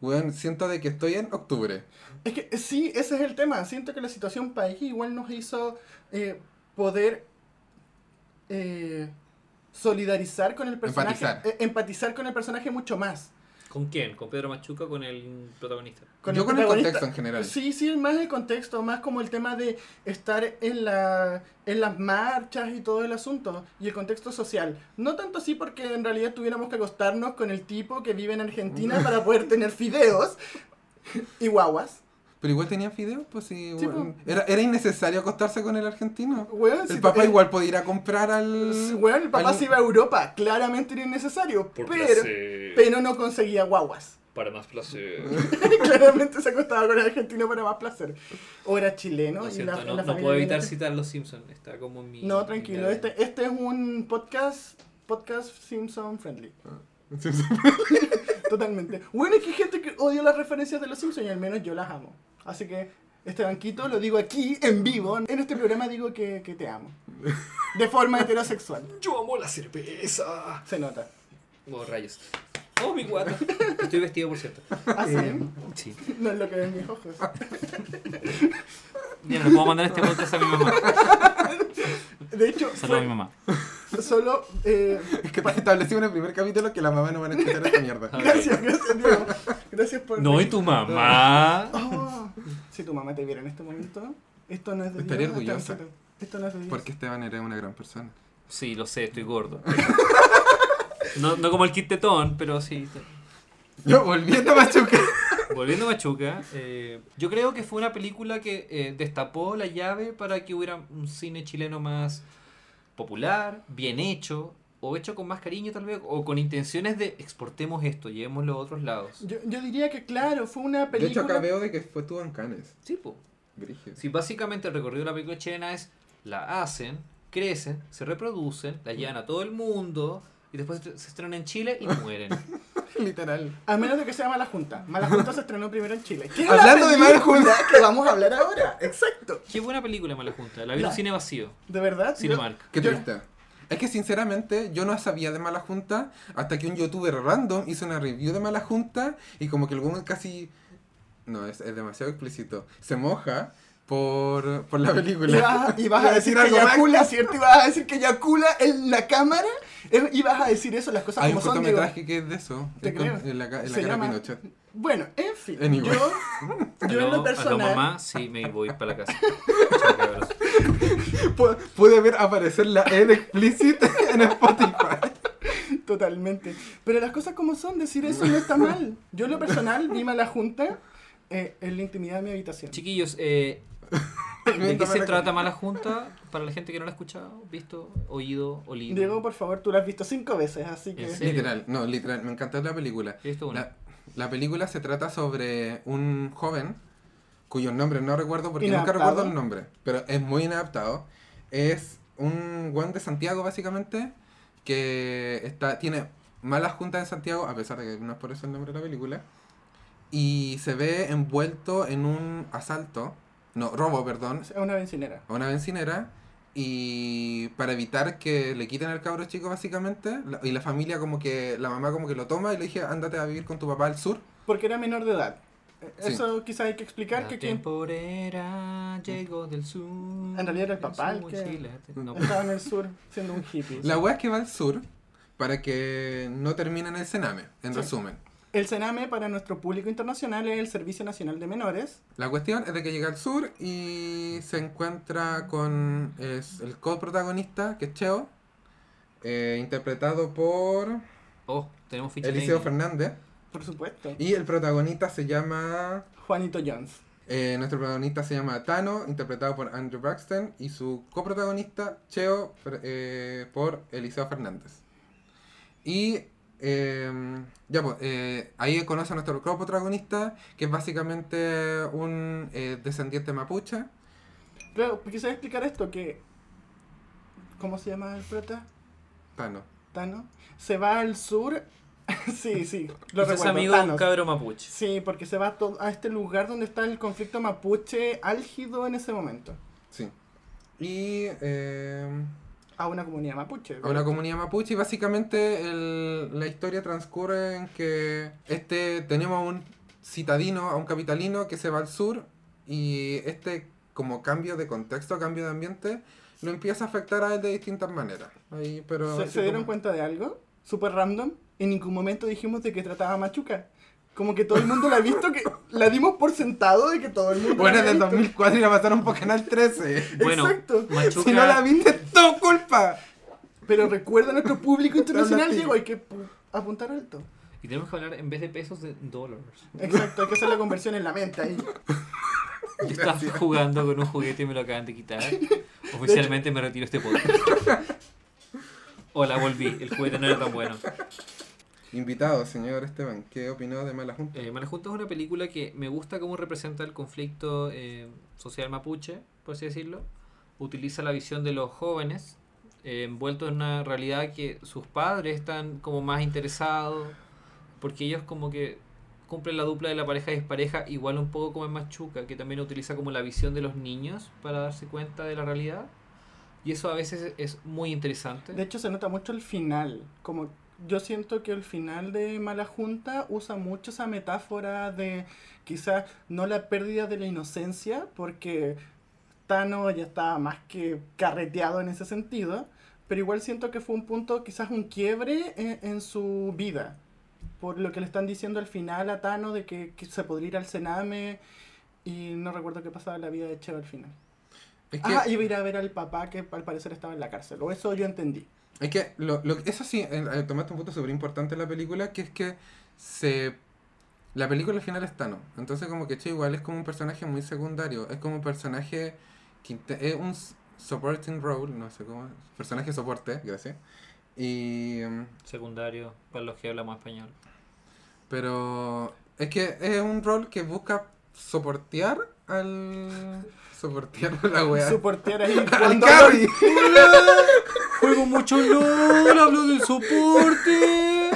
Speaker 2: weón, siento de que estoy en octubre.
Speaker 1: es que eh, sí, ese es el tema, siento que la situación país igual nos hizo eh, poder... eh, solidarizar con el personaje,
Speaker 2: Empatizar.
Speaker 1: eh, empatizar con el personaje mucho más.
Speaker 4: ¿Con quién? ¿Con Pedro Machuca o con el protagonista?
Speaker 2: Yo con el
Speaker 1: protagonista.
Speaker 2: contexto en general.
Speaker 1: Sí, sí, más el contexto, más como el tema de estar en, la, en las marchas y todo el asunto, y el contexto social. No tanto así porque en realidad tuviéramos que acostarnos con el tipo que vive en
Speaker 2: *laughs*
Speaker 1: Argentina para poder tener fideos y guaguas.
Speaker 2: Pero igual tenía fideos, pues sí,
Speaker 1: Sí,
Speaker 2: weón. Era, era innecesario acostarse con el argentino.
Speaker 1: Weón, si-
Speaker 2: El papá
Speaker 1: eh,
Speaker 2: igual podía ir a comprar al.
Speaker 1: s- weón, el papá
Speaker 2: al-
Speaker 1: se iba a Europa, claramente era innecesario,
Speaker 3: Por
Speaker 1: pero,
Speaker 3: placer.
Speaker 1: pero no conseguía guaguas. *laughs*
Speaker 3: Para más placer.
Speaker 1: claramente se acostaba con el argentino para más placer. O era chileno.
Speaker 4: Lo
Speaker 1: y
Speaker 4: siento,
Speaker 1: la-
Speaker 4: no,
Speaker 1: la
Speaker 4: no
Speaker 1: familia
Speaker 4: puedo evitar
Speaker 1: viene-
Speaker 4: citar Los Simpsons. Está como en mi.
Speaker 1: No, tranquilo,
Speaker 4: mi-
Speaker 1: este, este es un podcast, podcast Simpson friendly.
Speaker 2: Sí, sí.
Speaker 1: Totalmente. Bueno, es que hay gente que odia las referencias de los Simpsons y al menos yo las amo. Así que, este banquito lo digo aquí, en vivo. En este programa digo que, que te amo. De forma heterosexual.
Speaker 3: Yo amo la cerveza.
Speaker 1: Se nota.
Speaker 4: Oh, rayos. Oh,
Speaker 1: *laughs*
Speaker 4: mi guata. Estoy vestido, por cierto.
Speaker 1: Así
Speaker 4: Eh. Sí.
Speaker 1: no es lo que ven mis ojos.
Speaker 4: Ya, no puedo mandar este podcast a mi mamá.
Speaker 1: De hecho,
Speaker 4: Saludos a mi mamá.
Speaker 1: fue solo. eh,
Speaker 2: Es que establecí en el primer capítulo que la mamá no van a escuchar esta mierda.
Speaker 1: gracias, gracias, Diego. Gracias por.
Speaker 4: No, y tu mamá.
Speaker 1: Oh, si tu mamá te viera en este momento, esto no es de
Speaker 2: Estaría
Speaker 1: Dios, esto-
Speaker 2: orgullosa.
Speaker 1: Esto, no es de Dios.
Speaker 2: Porque Esteban era una gran persona.
Speaker 4: Sí, lo sé,
Speaker 1: *laughs*
Speaker 4: estoy gordo. No, no como el kit tetón, pero sí.
Speaker 2: Yo volviendo a Machuca.
Speaker 4: Volviendo a Machuca, eh, yo creo que fue una película que eh, destapó la llave para que hubiera un cine chileno más popular, bien hecho, o hecho con más cariño tal vez, o con intenciones de exportemos esto, llevémoslo a otros lados.
Speaker 1: Yo, yo diría que, claro, fue una
Speaker 2: De hecho,
Speaker 1: película.
Speaker 2: acá veo de que fue tu en Cannes.
Speaker 4: Sí, po.
Speaker 2: Brígido.
Speaker 4: Si básicamente el recorrido de la película chilena es la hacen, crecen, se reproducen, la llevan a todo el mundo y después se estrenan en Chile y
Speaker 1: *laughs*
Speaker 4: mueren.
Speaker 2: Literal.
Speaker 1: A menos de que sea Mala Junta. Mala Junta se estrenó primero en Chile. ¿Qué es
Speaker 2: *laughs* Hablando
Speaker 1: la
Speaker 2: de Mala
Speaker 1: película Que vamos a hablar ahora. Exacto.
Speaker 4: Qué buena película, Mala Junta. La vi en un
Speaker 1: La-
Speaker 4: cine vacío,
Speaker 1: De verdad. yo-
Speaker 4: Cinemark.
Speaker 2: Qué
Speaker 1: Yo-
Speaker 2: triste. Es que sinceramente yo no sabía de Mala Junta hasta que un youtuber random hizo una review de Mala Junta y como que el woman casi... No, es, es demasiado explícito. Se moja por, por la película.
Speaker 1: Y vas, y vas a decir que Yacula, ¿cierto? Y vas a decir que Yacula en la cámara. eh, Y vas a decir eso, las cosas
Speaker 2: Hay un
Speaker 1: como son. Diego.
Speaker 2: cortometraje que es de eso.
Speaker 1: Te
Speaker 2: es con-
Speaker 1: creo.
Speaker 2: en la, ca- en la
Speaker 1: Se
Speaker 2: cara de
Speaker 1: llama-
Speaker 2: *laughs* Pinochet.
Speaker 1: Bueno, en fin.
Speaker 2: Anyway.
Speaker 4: *laughs*
Speaker 1: Yo, yo en
Speaker 4: Aló,
Speaker 1: lo
Speaker 4: aló,
Speaker 1: personal.
Speaker 4: mamá, sí, me voy para
Speaker 1: *laughs*
Speaker 4: la casa. Chao, cabros.
Speaker 2: Pu- Pude ver aparecer la L explícita en Spotify.
Speaker 1: Totalmente. Pero las cosas como son, decir eso no está mal. Yo en lo personal vi Mala Junta eh, en la intimidad de mi habitación.
Speaker 4: Chiquillos,
Speaker 1: *laughs*
Speaker 4: eh, ¿de qué
Speaker 2: Mientras
Speaker 4: se
Speaker 2: me
Speaker 4: trata Mala Junta? Para la gente que no la ha escuchado, visto, oído, olido.
Speaker 1: Diego, por favor, tú la has visto cinco veces, así
Speaker 4: ¿En
Speaker 1: que.
Speaker 4: serio?
Speaker 2: Literal, no, literal, me encantó la película.
Speaker 4: He visto una.
Speaker 2: La, la película se trata sobre un joven cuyo nombre no recuerdo porque nunca
Speaker 1: Inadaptado.
Speaker 2: recuerdo el nombre, pero es muy inadaptado, es un guan de Santiago, básicamente, que está tiene malas juntas en Santiago, a pesar de que no es por eso el nombre de la película, y se ve envuelto en un asalto, no, robo, perdón,
Speaker 1: Es una bencinera.
Speaker 2: a una bencinera y para evitar que le quiten al cabro chico básicamente la- y la familia como que la mamá como que lo toma y le dije ándate a vivir con tu papá al sur
Speaker 1: Porque era menor de edad. Eh,
Speaker 2: Sí.
Speaker 1: Eso quizás hay que explicar
Speaker 4: La
Speaker 1: que quien
Speaker 4: temporera llegó del sur. En
Speaker 1: realidad era el papá el que-
Speaker 4: No,
Speaker 1: estaba en el sur siendo un hippie.
Speaker 2: la wea es que va al sur para que no termine en el cename en
Speaker 1: Sí.
Speaker 2: resumen
Speaker 1: *laughs* El CENAME para nuestro público internacional es el Servicio Nacional de Menores.
Speaker 2: la cuestión es de que llega al sur y se encuentra con es el coprotagonista que es Cheo eh, interpretado por
Speaker 4: oh, tenemos ficha
Speaker 2: Eliseo
Speaker 4: técnica.
Speaker 2: Fernández
Speaker 1: Por supuesto.
Speaker 2: y el protagonista se llama
Speaker 1: Juanito Jones.
Speaker 2: Eh, nuestro protagonista se llama Tano, interpretado por Andrew Braxton, y su coprotagonista, Cheo, per- eh, por Eliseo Fernández. Y eh, ya, pues, eh, ahí conoce a nuestro coprotagonista, que es básicamente un eh, descendiente mapuche.
Speaker 1: Claro, quizás explicar esto, que... ¿Cómo se llama el prota?
Speaker 2: Tano.
Speaker 1: Tano. Se va al sur. *laughs* sí, sí, lo
Speaker 4: Entonces,
Speaker 1: recuerdo.
Speaker 4: amigo de un
Speaker 1: Thanos.
Speaker 4: cabro mapuche.
Speaker 1: Sí, porque se va a, to- a este lugar donde está el conflicto mapuche álgido en ese momento.
Speaker 2: Sí. Y eh,
Speaker 1: A una comunidad mapuche.
Speaker 2: a una comunidad mapuche, y básicamente el- la historia transcurre en que este tenemos a un citadino, a un capitalino que se va al sur y este como cambio de contexto, cambio de ambiente, lo empieza a afectar a él de distintas maneras. Ahí, pero
Speaker 1: ¿Se,
Speaker 2: así
Speaker 1: se dieron
Speaker 2: como-
Speaker 1: cuenta de algo? Súper random. En ningún momento dijimos de que trataba a Machuca. Como que todo el mundo la ha visto, que la dimos por sentado de que todo el mundo.
Speaker 2: Bueno,
Speaker 1: la
Speaker 2: es
Speaker 1: había
Speaker 2: del
Speaker 1: visto.
Speaker 2: 2004 y la pasaron por
Speaker 1: *laughs*
Speaker 2: Canal 13. *laughs*
Speaker 4: Bueno,
Speaker 1: Exacto.
Speaker 4: Machuca,
Speaker 2: Si no la viste, es tu culpa.
Speaker 1: Pero recuerda a nuestro público internacional,
Speaker 2: Habla a ti.
Speaker 1: Diego, hay que pu- apuntar alto.
Speaker 4: Y tenemos que hablar en vez de pesos de dólares.
Speaker 1: Exacto, hay que hacer la conversión en la mente ahí.
Speaker 4: Yo estaba jugando con un juguete y me lo acaban de quitar. Oficialmente me retiro este podcast. Hola, volví. El juguete no era tan bueno.
Speaker 2: Invitado, señor Esteban, ¿qué opinó de Mala Junta?
Speaker 4: Eh, Mala Junta es una película que me gusta cómo representa el conflicto eh, social mapuche, por así decirlo. Utiliza la visión de los jóvenes eh, envueltos en una realidad que sus padres están como más interesados, porque ellos como que cumplen la dupla de la pareja y dispareja, igual un poco como en Machuca, que también utiliza como la visión de los niños para darse cuenta de la realidad. Y eso a veces es muy interesante.
Speaker 1: De hecho, se nota mucho el final. Como yo siento que el final de Mala Junta usa mucho esa metáfora de quizás no la pérdida de la inocencia, porque Tano ya estaba más que carreteado en ese sentido, pero igual siento que fue un punto, quizás un quiebre en, en su vida. Por lo que le están diciendo al final a Tano de que, que se podría ir al Sename y no recuerdo qué pasaba en la vida de Cheo al final.
Speaker 2: Es que-
Speaker 1: Ah, iba a ir a ver al papá que al parecer estaba en la cárcel, o eso yo entendí.
Speaker 2: Es que lo, lo- eso sí, eh, eh, tomaste un punto súper importante en la película, que es que se la película al final es Tano. Entonces como que Che igual es como un personaje muy secundario, es como un personaje que inte- es un s- supporting role, no sé cómo, personaje soporte, gracias. Y mm,
Speaker 4: Secundario, para los que hablamos español.
Speaker 2: pero es que es un rol que busca soportear al soportear a la wea.
Speaker 1: su portera
Speaker 4: *laughs*
Speaker 1: ahí
Speaker 2: Al
Speaker 1: cuando
Speaker 2: Carrie.
Speaker 4: Juego mucho LOL, hablo del soporte.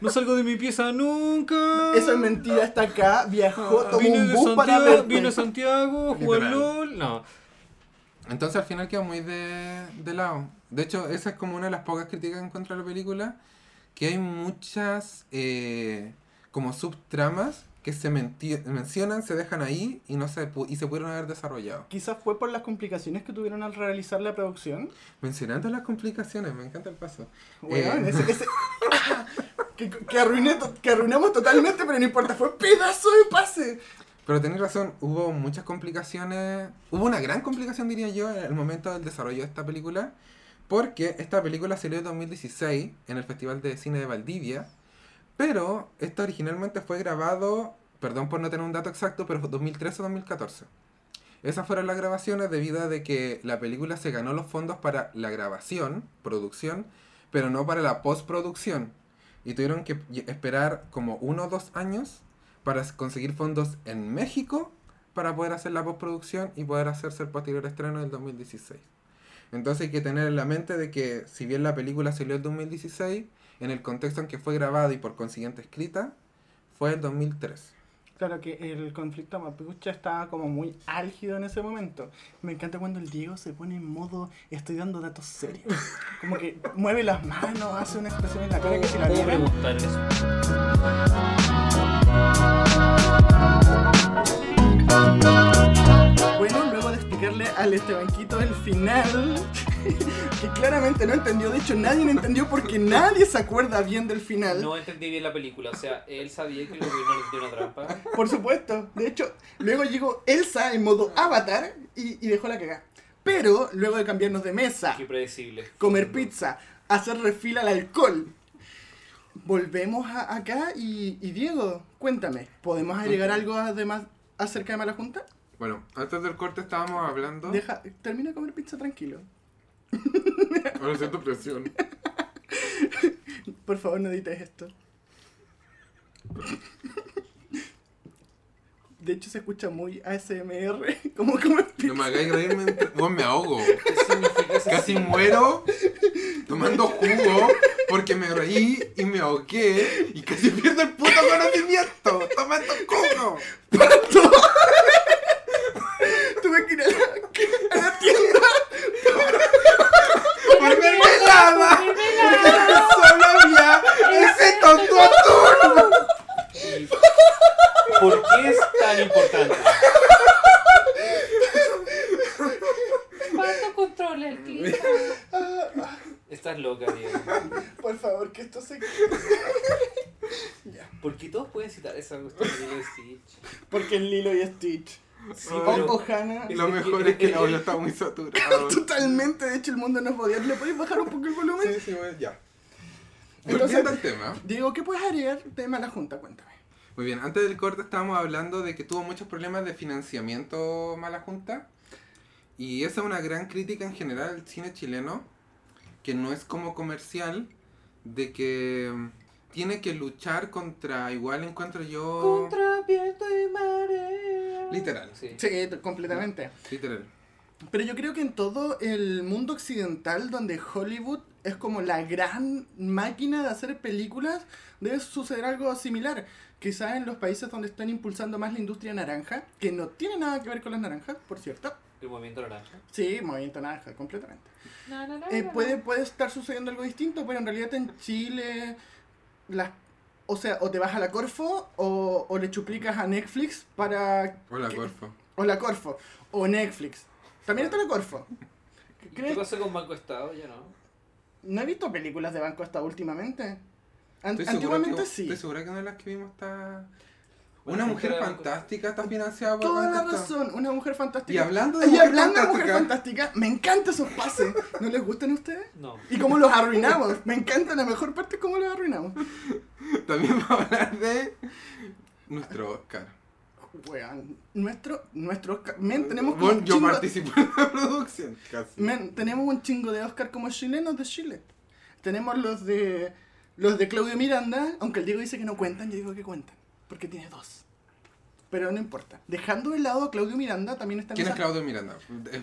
Speaker 4: No salgo de mi pieza nunca.
Speaker 1: eso es mentira está acá viajó
Speaker 4: Ah,
Speaker 1: tomó
Speaker 4: Vine
Speaker 1: un
Speaker 4: de
Speaker 1: bus para
Speaker 4: Santiago, vine a
Speaker 1: verte
Speaker 4: Santiago, jugué al
Speaker 2: Literal.
Speaker 4: LOL. No,
Speaker 2: Entonces al final queda muy de, de lado. De hecho, esa es como una de las pocas críticas en contra de la película, que hay muchas eh, como subtramas que se menti- mencionan, se dejan ahí y no se pu- y se pudieron haber desarrollado.
Speaker 1: quizás fue por las complicaciones que tuvieron al realizar la producción
Speaker 2: Mencionando las complicaciones, me encanta el paso.
Speaker 1: Weón,
Speaker 2: Eh.
Speaker 1: ese- *laughs* ese- que, que arruiné to- que arruinamos totalmente pero no importa fue pedazo de pase
Speaker 2: Pero tenéis razón, hubo muchas complicaciones. Hubo una gran complicación, diría yo, en el momento del desarrollo de esta película. Porque esta película salió en 2016 en el Festival de Cine de Valdivia. Pero esto originalmente fue grabado, perdón por no tener un dato exacto, pero 2013 o 2014. Esas fueron las grabaciones debido a de que la película se ganó los fondos para la grabación, producción, pero no para la postproducción. Y tuvieron que y- esperar como uno o dos años para s- conseguir fondos en México para poder hacer la postproducción y poder hacerse el posterior estreno del 2016. Entonces hay que tener en la mente de que si bien la película salió en 2016, en el contexto en que fue grabada y por consiguiente escrita, fue el 2003.
Speaker 1: Claro que el conflicto mapuche estaba como muy álgido en ese momento. Me encanta cuando el Diego se pone en modo estoy dando datos serios. Como que mueve las manos, hace una expresión en la cara que si la
Speaker 4: ¿Puedo
Speaker 1: vieran-
Speaker 4: preguntar eso?
Speaker 1: Bueno, luego de explicarle al Estebanquito el final, *laughs* que claramente no entendió, de hecho nadie lo entendió porque nadie se acuerda bien del final.
Speaker 4: No entendí bien la película, o sea, él sabía que el gobierno le dio una trampa.
Speaker 1: Por supuesto, de hecho, luego llegó Elsa en modo avatar y, y dejó la cagada. Pero luego de cambiarnos de mesa,
Speaker 4: Qué predecible.
Speaker 1: comer pizza, hacer refil al alcohol, volvemos a- acá y, y Diego, cuéntame, ¿podemos agregar algo además acerca de Mala Junta?
Speaker 2: Bueno, antes del corte estábamos hablando...
Speaker 1: Deja, termina de comer pizza tranquilo.
Speaker 2: Ahora siento presión.
Speaker 1: Por favor, no edites esto. De hecho, se escucha muy ASMR, *laughs* como como
Speaker 2: No me hagáis reírme, entre- Weón, me ahogo.
Speaker 4: ¿Qué significa ese
Speaker 2: Casi muero tomando jugo porque me reí y me ahogué y casi pierdo el puto conocimiento tomando jugo.
Speaker 1: Tuve que ir a la, a la tienda
Speaker 2: ¡Por mermelada! Porque ¡Solo había ese tonto atún!
Speaker 4: significado? ¿Por qué es tan importante?
Speaker 5: ¿Cuánto controla el clima?
Speaker 4: Estás loca, Diego.
Speaker 1: Por favor, que esto se... ya.
Speaker 4: ¿Por qué todos pueden citar esa cuestión de Lilo y Stitch?
Speaker 1: Porque es Lilo y Stitch.
Speaker 4: Sí,
Speaker 1: O-
Speaker 4: pero-
Speaker 1: o Hannah.
Speaker 2: Lo mejor es que el audio está muy
Speaker 1: *laughs*
Speaker 2: saturado.
Speaker 1: Totalmente, de hecho el mundo no es odiar. ¿Le podéis bajar un poco el volumen?
Speaker 2: *laughs* Sí, sí, bueno, ya.
Speaker 1: Entonces-
Speaker 2: Volviendo al tema.
Speaker 1: Diego, ¿qué puedes agregar de Mala Junta? Cuéntame.
Speaker 2: Muy bien, antes del corte estábamos hablando de que tuvo muchos problemas de financiamiento Mala Junta. Y esa es una gran crítica en general al cine chileno, que no es como comercial, de que mm, tiene que luchar contra, igual encuentro yo...
Speaker 4: Contra viento y marea.
Speaker 2: Literal,
Speaker 4: Sí.
Speaker 1: Sí, t- completamente.
Speaker 2: literal.
Speaker 1: Pero yo creo que en todo el mundo occidental, donde Hollywood es como la gran máquina de hacer películas, debe suceder algo similar. Quizá en los países donde están impulsando más la industria naranja, que no tiene nada que ver con las naranjas, por cierto.
Speaker 4: El movimiento naranja.
Speaker 1: Sí, movimiento naranja, completamente.
Speaker 5: No, no, no,
Speaker 1: Eh,
Speaker 5: no,
Speaker 1: puede,
Speaker 5: no.
Speaker 1: puede estar sucediendo algo distinto, pero en realidad en Chile, las, o sea, o te vas a la Corfo o, o le chuplicas a Netflix para...
Speaker 2: Hola,
Speaker 1: que-
Speaker 2: Corfo.
Speaker 1: O la Corfo, o Netflix. También está la Corfo.
Speaker 4: ¿Y ¿Qué
Speaker 1: ¿Crees?
Speaker 4: pasa con Banco Estado? Ya no.
Speaker 1: No he visto películas de Banco hasta últimamente. An-
Speaker 2: Estoy seguro
Speaker 1: antiguamente
Speaker 2: que-
Speaker 1: sí.
Speaker 2: Estoy segura que una de las que vimos está...
Speaker 4: Bueno,
Speaker 2: Una mujer
Speaker 4: era-
Speaker 2: fantástica está financiada por
Speaker 1: Toda la
Speaker 2: Banco Estado.
Speaker 1: razón, una mujer fantástica.
Speaker 2: Y hablando de
Speaker 1: Y
Speaker 2: mujer
Speaker 1: hablando de mujer
Speaker 2: fantástica-
Speaker 1: fantástica, me encantan esos pases. ¿No les gustan a ustedes?
Speaker 4: No.
Speaker 1: Y cómo los arruinamos. Me encanta, la mejor parte es cómo los arruinamos.
Speaker 2: *laughs* También vamos a hablar de nuestro Oscar.
Speaker 1: Weón, nuestro, nuestro Oscar. Men, tenemos como
Speaker 2: Eh, Bueno,
Speaker 1: un
Speaker 2: yo
Speaker 1: chingo,
Speaker 2: participo en la producción. Casi.
Speaker 1: men, tenemos un chingo de Oscar como chilenos de Chile. Tenemos los de los de Claudio Miranda, aunque el Diego dice que no cuentan, yo digo que cuentan, porque tiene dos. Pero no importa. Dejando de lado a Claudio Miranda, también está en
Speaker 2: ¿Quién es
Speaker 1: esa-
Speaker 2: Claudio Miranda? De-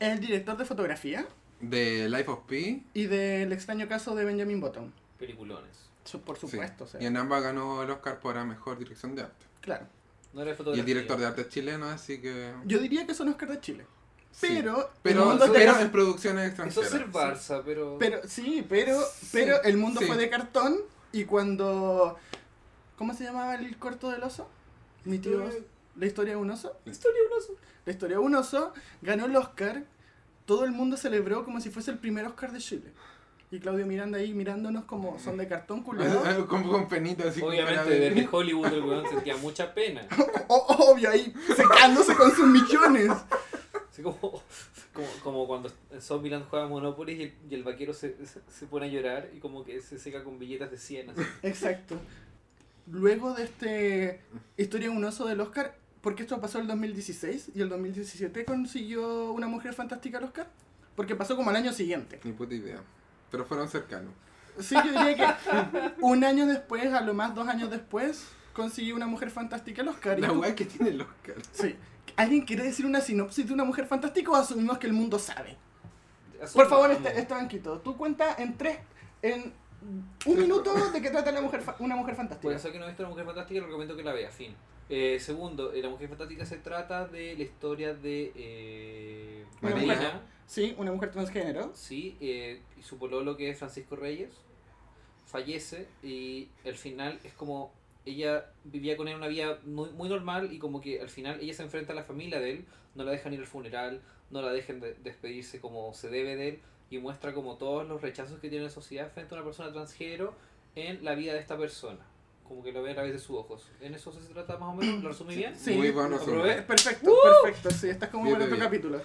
Speaker 1: es el director de fotografía
Speaker 2: De Life of Pi.
Speaker 1: y del extraño caso de Benjamin Button.
Speaker 4: Peliculones.
Speaker 1: Su- Por
Speaker 2: sí.
Speaker 1: supuesto, o sea,
Speaker 2: Y en ambas ganó el Oscar por la mejor dirección de arte.
Speaker 1: claro.
Speaker 4: No era
Speaker 2: Y
Speaker 4: fotografía.
Speaker 2: el director de arte es chileno, así que.
Speaker 1: Yo diría que son Oscar de Chile.
Speaker 2: sí.
Speaker 1: Pero, el
Speaker 2: Pero,
Speaker 1: mundo es de
Speaker 2: pero
Speaker 1: gas-
Speaker 2: en producciones
Speaker 4: Eso es ser
Speaker 2: extranjeras.
Speaker 4: Barça, pero.
Speaker 1: Pero sí, pero pero el mundo
Speaker 2: sí.
Speaker 1: fue de cartón y cuando ¿cómo se llamaba el corto del oso? Mi tío
Speaker 4: historia-
Speaker 1: Oso. la historia de un oso,
Speaker 4: La historia de un oso.
Speaker 1: la historia de un oso ganó el Oscar. Todo el mundo celebró como si fuese el primer Oscar de Chile. Y Claudio Miranda ahí mirándonos como son de cartón culiado.
Speaker 2: Algo Como con penita, así como
Speaker 4: Obviamente,
Speaker 2: cara *laughs* de-
Speaker 4: desde Hollywood el weón sentía mucha pena.
Speaker 1: *laughs* O- obvio ahí secándose con sus millones.
Speaker 4: Así como, como, como cuando en Zombieland juega Monopoly y el, y el vaquero se, se, se pone a llorar y como que se seca con billetes de 100. así.
Speaker 1: Exacto. Luego de este Historia de un oso del Oscar, porque esto pasó en el 2016 y el 2017 consiguió una mujer fantástica el Oscar, porque pasó como al año siguiente.
Speaker 2: Ni puta idea. Pero fueron cercanos.
Speaker 1: Sí, yo diría que un año después, a lo más dos años después, consiguió una mujer fantástica el Oscar. Y
Speaker 2: La
Speaker 1: tú-
Speaker 2: weá que tiene el Oscar.
Speaker 1: Sí. ¿Alguien quiere decir una sinopsis de una mujer fantástica o asumimos que el mundo sabe? Por favor, este, este banquito, tú cuenta en tres, en un minuto de qué trata la mujer, fa- una mujer
Speaker 6: Por
Speaker 1: fantástica.
Speaker 6: eso que no he visto La Mujer Fantástica, le recomiendo que la vea, fin. Eh, segundo, eh, La Mujer Fantástica se trata de la historia de eh,
Speaker 1: Una
Speaker 6: Marina,
Speaker 1: mujer. Sí, una mujer transgénero.
Speaker 6: sí, eh, y su pololo que es Francisco Reyes, fallece y al final es como ella vivía con él una vida muy, muy normal y como que al final ella se enfrenta a la familia de él, no la dejan ir al funeral, no la dejan de- despedirse como se debe de él y muestra como todos los rechazos que tiene la sociedad frente a una persona transgénero en la vida de esta persona. Como que lo ve a través de sus ojos. En eso se trata más o menos, lo resumí bien.
Speaker 1: Sí.
Speaker 2: Muy bueno,
Speaker 6: Aprobé.
Speaker 2: sí.
Speaker 1: Es perfecto, perfecto. ¡Uh! Sí, estás como en
Speaker 2: Bien,
Speaker 1: otro
Speaker 2: bien. *laughs*
Speaker 1: capítulo.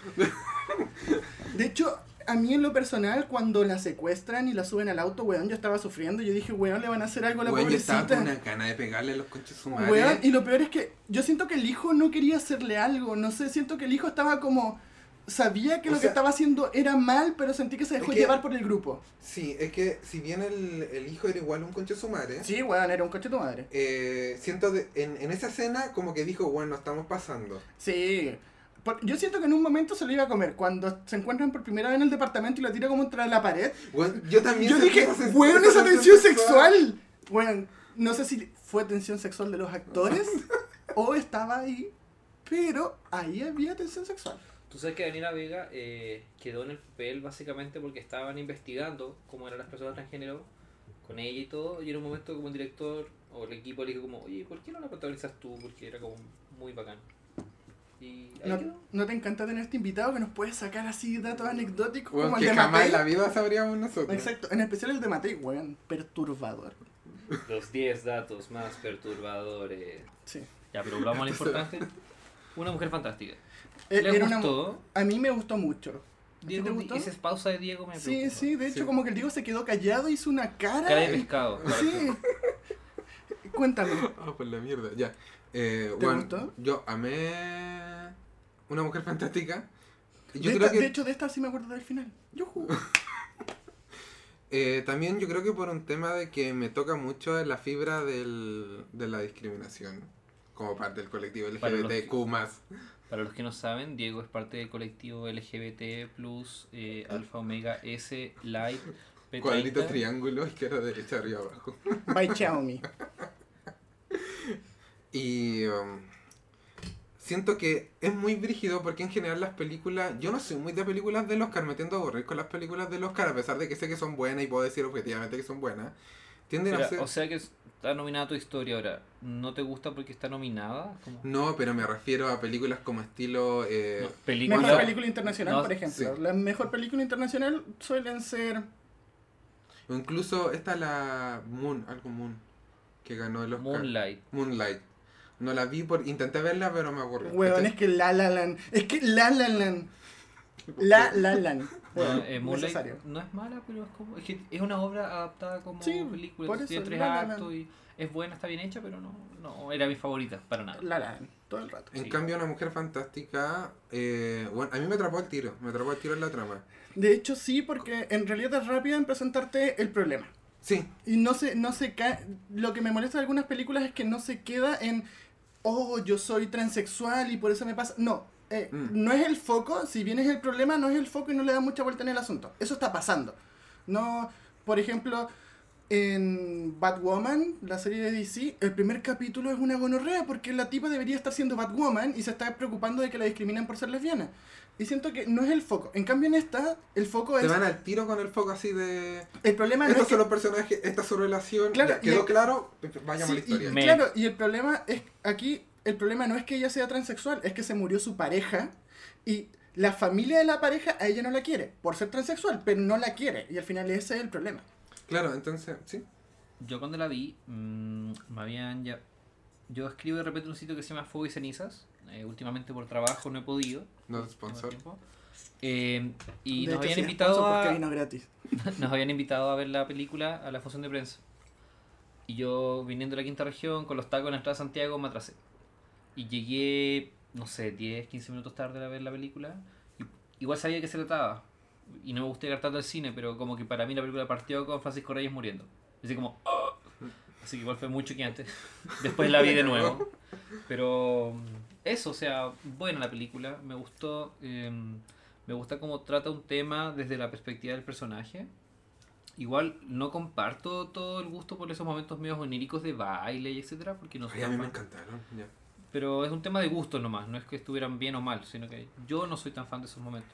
Speaker 1: De hecho, a mí en lo personal, cuando la secuestran y la suben al auto, weón, yo estaba sufriendo. Yo dije, weón, le van a hacer algo a la
Speaker 2: Weón, yo estaba
Speaker 1: pobrecita.
Speaker 2: con una gana de pegarle a los conches su madre.
Speaker 1: Weón, y lo peor es que yo siento que el hijo no quería hacerle algo, no sé, siento que el hijo estaba como... Sabía que
Speaker 2: O
Speaker 1: lo que
Speaker 2: sea-
Speaker 1: estaba haciendo era mal, pero sentí que se dejó
Speaker 2: Es que-
Speaker 1: llevar por el grupo.
Speaker 2: Sí, es que si bien el, el hijo era igual a un conche su madre,
Speaker 1: Sí, weón, era un coche tu madre.
Speaker 2: eh, siento de- en, en esa escena como que dijo, bueno, estamos pasando.
Speaker 1: Sí. Por- Yo siento que en un momento se lo iba a comer, cuando se encuentran por primera vez en el departamento y la tira como contra la pared.
Speaker 2: Weón, yo también
Speaker 1: Yo
Speaker 2: sentí
Speaker 1: dije,
Speaker 2: esa sens-
Speaker 1: weón,
Speaker 2: esa
Speaker 1: esa
Speaker 2: tensión
Speaker 1: tensión sexual. Weón, no sé si fue tensión sexual de los *laughs* actores o estaba ahí, pero ahí había tensión sexual.
Speaker 6: Tú sabes que Daniela Vega eh, quedó en el papel básicamente porque estaban investigando cómo eran las personas transgénero con ella y todo. Y en un momento como el director o el equipo le dijo como, oye, ¿por qué no la protagonizas tú? Porque era como muy bacán. Y ahí
Speaker 1: ¿No,
Speaker 6: quedó.
Speaker 1: no te encanta tener este invitado que nos puede sacar así datos anecdóticos
Speaker 2: Weón,
Speaker 1: como el
Speaker 2: que
Speaker 1: de
Speaker 2: jamás
Speaker 1: Matei?
Speaker 2: en la vida sabríamos nosotros.
Speaker 1: Exacto, en especial el de Matei, weón, perturbador.
Speaker 6: Los 10 datos más perturbadores.
Speaker 1: Sí.
Speaker 4: Ya, pero volvamos a lo importante. Una mujer fantástica.
Speaker 1: Eh,
Speaker 4: ¿Les
Speaker 1: era una-
Speaker 4: gustó?
Speaker 1: a mí me gustó mucho. ¿A ti
Speaker 4: Diego,
Speaker 1: te gustó?
Speaker 4: Esa pausa de Diego me
Speaker 1: Sí,
Speaker 4: preocupa.
Speaker 1: sí, de hecho
Speaker 2: Sí.
Speaker 1: como que el Diego se quedó callado, hizo una cara.
Speaker 4: Cara de
Speaker 1: y-
Speaker 4: pescado.
Speaker 1: Sí. Cuéntame.
Speaker 2: Ah, por la mierda, ya. Eh,
Speaker 1: ¿Te
Speaker 2: bueno,
Speaker 1: gustó?
Speaker 2: Yo amé Una Mujer Fantástica. Yo
Speaker 1: de,
Speaker 2: creo
Speaker 1: esta-
Speaker 2: que
Speaker 1: de hecho, de esta sí me acuerdo del final. Yo jugué.
Speaker 2: eh, también yo creo que por un tema de que me toca mucho la fibra del, de la discriminación como parte del colectivo
Speaker 4: Para los-
Speaker 2: LGBTQ+. más
Speaker 4: Para los que no saben, Diego es parte del colectivo LGBT, eh, Alfa, Omega, S, Light, P30.
Speaker 2: Cuadritos, triángulos, izquierda, derecha, arriba, abajo.
Speaker 1: By Xiaomi.
Speaker 4: *laughs*
Speaker 2: Y um, siento que es muy brígido porque en general las películas, yo no soy muy de películas del Oscar, me tiendo a aburrir con las películas del Oscar, a pesar de que sé que son buenas y puedo decir objetivamente que son buenas. Tienden
Speaker 4: Espera,
Speaker 2: a ser...
Speaker 4: o sea que está nominada tu historia ahora. ¿No te gusta porque está nominada? Como-
Speaker 2: No, pero me refiero a películas como estilo... eh,
Speaker 4: No, película.
Speaker 1: Mejor película internacional,
Speaker 4: No,
Speaker 1: por ejemplo.
Speaker 2: sí.
Speaker 1: La mejor película internacional suelen ser.
Speaker 2: o Incluso esta la Moon, algo Moon, que ganó el Oscar.
Speaker 4: Moonlight.
Speaker 2: Moonlight. No la vi, por intenté verla, pero me aburrió.
Speaker 1: Weón,
Speaker 2: ¿cachai?
Speaker 1: es que La La Land. Es que La La Land. La La Land. Weón,
Speaker 4: No, eh, Moonlight
Speaker 1: necesario.
Speaker 4: no es mala, pero es como. Es que es una obra adaptada como
Speaker 1: Sí,
Speaker 4: película.
Speaker 1: por
Speaker 4: entonces tiene
Speaker 1: eso,
Speaker 4: tres
Speaker 1: La La
Speaker 4: actos y es buena, está bien hecha, pero no, no era mi favorita, para nada.
Speaker 1: La La Land, todo el rato.
Speaker 2: En
Speaker 4: Sí.
Speaker 2: cambio, Una Mujer Fantástica, eh, bueno, a mí me atrapó el tiro, me atrapó el tiro en la trama.
Speaker 1: De hecho, sí, porque en realidad es rápida en presentarte el problema.
Speaker 2: Sí,
Speaker 1: Y no se, no se cae. Lo que me molesta de algunas películas es que no se queda en. Oh, yo soy transexual y por eso me pasa. No. eh,
Speaker 2: Mm.
Speaker 1: No es el foco. Si bien es el problema, no es el foco y no le da mucha vuelta en el asunto. Eso está pasando. No. Por ejemplo, en Batwoman, la serie de DC, el primer capítulo es una gonorrea porque la tipa debería estar siendo Batwoman y se está preocupando de que la discriminan por ser lesbiana. Y siento que no es el foco. En cambio, en esta, el foco
Speaker 2: Te
Speaker 1: es.
Speaker 2: van al tiro con el foco así de.
Speaker 1: El problema no Pues, es
Speaker 2: Estos
Speaker 1: que
Speaker 2: son los personajes, esta es su relación.
Speaker 1: Claro,
Speaker 2: ya,
Speaker 1: y
Speaker 2: ¿Quedó
Speaker 1: hay-
Speaker 2: claro? Vaya
Speaker 1: Sí,
Speaker 2: la historia.
Speaker 1: Y,
Speaker 4: Me-
Speaker 1: Claro, y el problema es aquí, el problema no es que ella sea transexual, es que se murió su pareja y la familia de la pareja a ella no la quiere por ser transexual, pero no la quiere y al final ese es el problema.
Speaker 2: Claro, entonces, sí.
Speaker 4: Yo cuando la vi, mm, me habían ya... Yo escribo de repente en un sitio que se llama Fuego y Cenizas. eh, últimamente por trabajo no he podido.
Speaker 2: No es
Speaker 4: Tengo
Speaker 2: sponsor.
Speaker 4: tiempo. Eh, y
Speaker 1: De
Speaker 4: nos
Speaker 1: hecho,
Speaker 4: habían,
Speaker 1: sí,
Speaker 4: invitado
Speaker 1: sponsor
Speaker 4: a,
Speaker 1: porque vino gratis.
Speaker 4: *laughs* nos habían invitado a ver la película a la función de prensa. Y yo, viniendo de la quinta región, con los tacos en la entrada de Santiago, me atrasé. Y llegué, no sé, 10, 15 minutos tarde a ver la película. Y- igual sabía que se trataba. Y no me gusta llegar tanto al cine, pero como que para mí la película partió con Francisco Reyes muriendo. Así como... "Ah". Así que igual fue mucho que antes. *laughs* Después la vi de nuevo. Pero mm, eso, o sea, buena la película, me gustó. eh, Me gusta cómo trata un tema desde la perspectiva del personaje. Igual no comparto todo el gusto por esos momentos medios oníricos de baile y etcétera, porque no soy
Speaker 2: Ay, a
Speaker 4: tan
Speaker 2: mí me
Speaker 4: fan.
Speaker 2: encantaron. ya.
Speaker 4: Pero es un tema de gusto nomás, no es que estuvieran bien o mal, sino que yo no soy tan fan de esos momentos.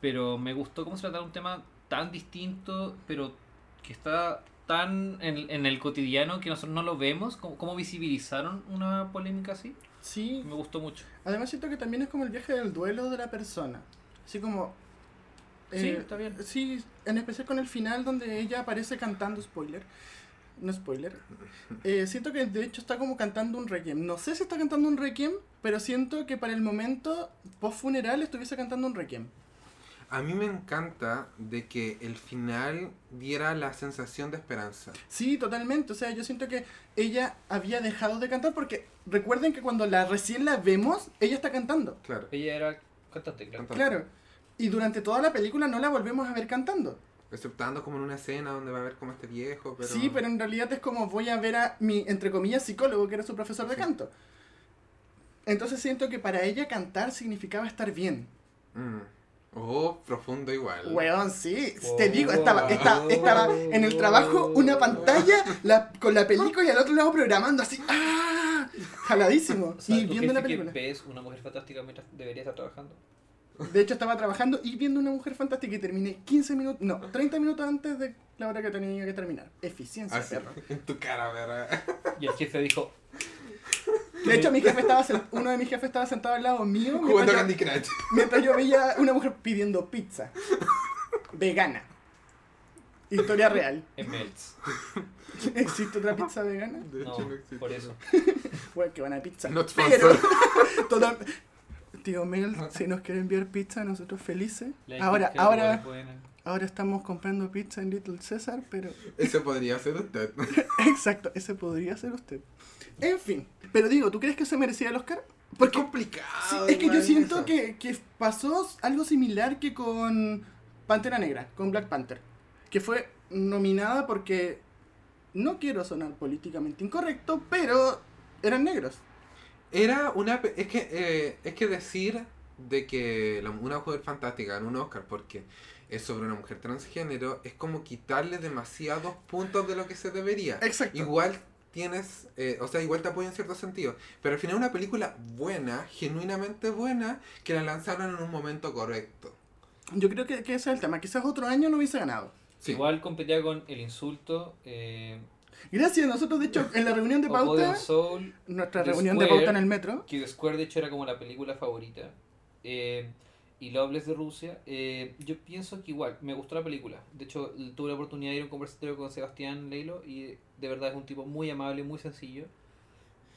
Speaker 4: Pero me gustó cómo se trataba un tema tan distinto, pero que está tan en, en el cotidiano que nosotros no lo vemos, cómo, cómo visibilizaron una polémica así.
Speaker 1: Sí,
Speaker 4: Me gustó mucho.
Speaker 1: además siento que también es como el viaje del duelo de la persona. Así como...
Speaker 4: sí,
Speaker 1: eh,
Speaker 4: está bien.
Speaker 1: Sí, en especial con el final donde ella aparece cantando spoiler. No spoiler. Eh, siento que de hecho está como cantando un requiem. No sé si está cantando un requiem, pero siento que para el momento post funeral estuviese cantando un requiem.
Speaker 2: A mí me encanta de que el final diera la sensación de esperanza.
Speaker 1: Sí, totalmente. O sea, yo siento que ella había dejado de cantar porque recuerden que cuando la recién la vemos, ella está cantando.
Speaker 2: Claro.
Speaker 6: Ella era cantante, claro.
Speaker 2: Cantante.
Speaker 1: Claro. Y durante toda la película no la volvemos a ver cantando.
Speaker 2: Exceptando como en una escena donde va a ver como este viejo, pero...
Speaker 1: Sí, pero en realidad es como voy a ver a mi, entre comillas, psicólogo, que era su profesor de
Speaker 2: Sí.
Speaker 1: canto. Entonces siento que para ella cantar significaba estar bien.
Speaker 2: Mm. Oh, profundo igual.
Speaker 1: Weón, sí.
Speaker 6: Wow.
Speaker 1: Te digo, estaba, esta- estaba en el trabajo una pantalla la- con la película y al otro lado programando así. ¡Ah! Jaladísimo.
Speaker 6: O sea,
Speaker 1: y
Speaker 6: ¿tú
Speaker 1: viendo la
Speaker 6: crees
Speaker 1: película.
Speaker 6: Que ves una mujer fantástica mientras debería estar trabajando.
Speaker 1: De hecho, estaba trabajando y viendo una mujer fantástica y terminé 15 minutos, no, 30 minutos antes de la hora que tenía que terminar. Eficiencia,
Speaker 6: Ah,
Speaker 2: Así,
Speaker 1: perro.
Speaker 2: en tu cara,
Speaker 1: *laughs*
Speaker 2: ¿verdad?
Speaker 6: Y el jefe dijo,
Speaker 1: De hecho, mi jefe estaba sen- uno de mis jefes estaba sentado al lado mío mientras
Speaker 2: Jugando
Speaker 1: yo-
Speaker 2: Candy
Speaker 1: *laughs*
Speaker 2: Crush.
Speaker 1: Mientras yo veía una mujer pidiendo pizza. Vegana. Historia real. *laughs*
Speaker 6: en Melts.
Speaker 1: ¿Existe otra pizza vegana?
Speaker 2: De
Speaker 6: No,
Speaker 2: hecho, no existe.
Speaker 6: por eso.
Speaker 1: Bueno, que van a pizza.
Speaker 2: Not
Speaker 1: Pero,
Speaker 2: sponsored. *laughs*
Speaker 1: total- Tío Mel, si nos quiere enviar pizza, nosotros felices.
Speaker 6: La
Speaker 1: Ahora,
Speaker 6: gente igual es
Speaker 1: ahora,
Speaker 6: buena.
Speaker 1: ahora estamos comprando pizza en Little César, pero... *laughs*
Speaker 2: Eso podría ser usted. *laughs*
Speaker 1: Exacto, ese podría ser usted. En fin, pero digo, ¿tú crees que se merecía el Oscar? Porque
Speaker 2: Porque
Speaker 1: sí,
Speaker 2: complicado.
Speaker 1: es que yo
Speaker 2: igual
Speaker 1: siento
Speaker 2: eso.
Speaker 1: que, que pasó algo similar que con Pantera Negra, con Black Panther, que fue nominada porque no quiero sonar políticamente incorrecto, pero eran negros.
Speaker 2: Era una... pe- Es que, eh, es que decir de que la- una mujer fantástica ganó un Oscar porque es sobre una mujer transgénero es como quitarle demasiados puntos de lo que se debería.
Speaker 1: Exacto.
Speaker 2: Igual tienes... eh, o sea, igual te apoya en cierto sentido. Pero al final una película buena, genuinamente buena, que la lanzaron en un momento correcto.
Speaker 1: Yo creo que, que ese es el tema. Quizás otro año no hubiese ganado.
Speaker 2: Sí.
Speaker 6: Igual competía con El Insulto, eh,
Speaker 1: Gracias, nosotros de
Speaker 2: *laughs*
Speaker 1: hecho en la reunión de
Speaker 2: Oh,
Speaker 6: O Golden
Speaker 1: pauta,
Speaker 6: Soul,
Speaker 1: nuestra
Speaker 6: The
Speaker 1: reunión de
Speaker 6: Square.
Speaker 1: pauta en el metro,
Speaker 6: que The Square de hecho era como la película favorita. eh, y Loveless de Rusia. eh, yo pienso que igual, me gustó la película. De hecho, tuve la oportunidad de ir a un conversatorio con Sebastián Leilo y de verdad es un tipo muy amable, muy sencillo.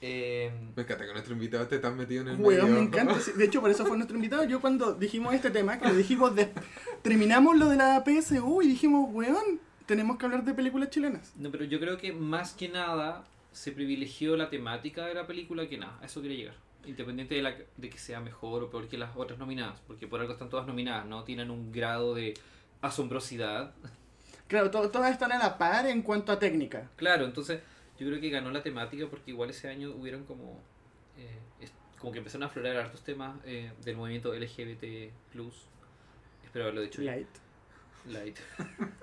Speaker 6: Eh,
Speaker 2: Me encanta que nuestro invitado esté tan metido en el
Speaker 1: Weón,
Speaker 2: medio.
Speaker 1: me encanta. Sí, De hecho, por eso fue nuestro invitado. Yo cuando dijimos este tema,
Speaker 2: *laughs*
Speaker 1: que lo dijimos de- terminamos lo de la PSU y dijimos, weón, tenemos que hablar de películas chilenas.
Speaker 4: No, pero yo creo que más que nada se privilegió la temática de la película que nada, a eso quiere llegar. Independiente de, la, de que sea mejor o peor que las otras nominadas, porque por algo están todas nominadas, ¿no? Tienen un grado de asombrosidad.
Speaker 1: Claro, to- todas están a la par en cuanto a técnica.
Speaker 4: Claro, entonces yo creo que ganó la temática porque igual ese año hubieron como... eh, es- como que empezaron a aflorar hartos temas eh, del movimiento LGBT+. Espero haberlo dicho bien.
Speaker 1: Light. *laughs*
Speaker 4: Light.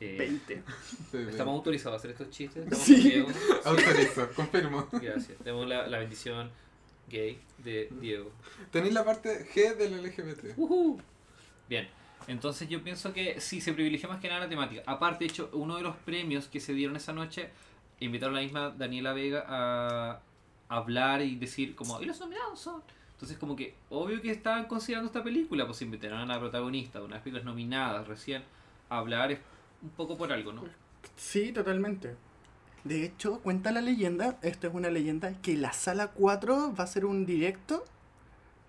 Speaker 4: Eh,
Speaker 1: 20.
Speaker 2: Sí, sí.
Speaker 4: estamos autorizados a hacer estos chistes, estamos
Speaker 1: Sí.
Speaker 4: confiados?
Speaker 2: Autorizo, *laughs* confirmo.
Speaker 4: Gracias. Tenemos la, la bendición gay de Diego.
Speaker 2: Tenéis la parte G del LGBT.
Speaker 4: Bien. Entonces yo pienso que sí, se privilegió más que nada la temática. Aparte, de hecho, uno de los premios que se dieron esa noche, invitaron a la misma Daniela Vega a hablar y decir como, y los nominados son. Entonces como que, obvio que estaban considerando esta película, pues invitaron a la protagonista, una de las películas nominadas recién, a hablar es un poco por algo, ¿no?
Speaker 1: Sí, totalmente. De hecho, cuenta la leyenda, esto es una leyenda, que la sala 4 va a ser un directo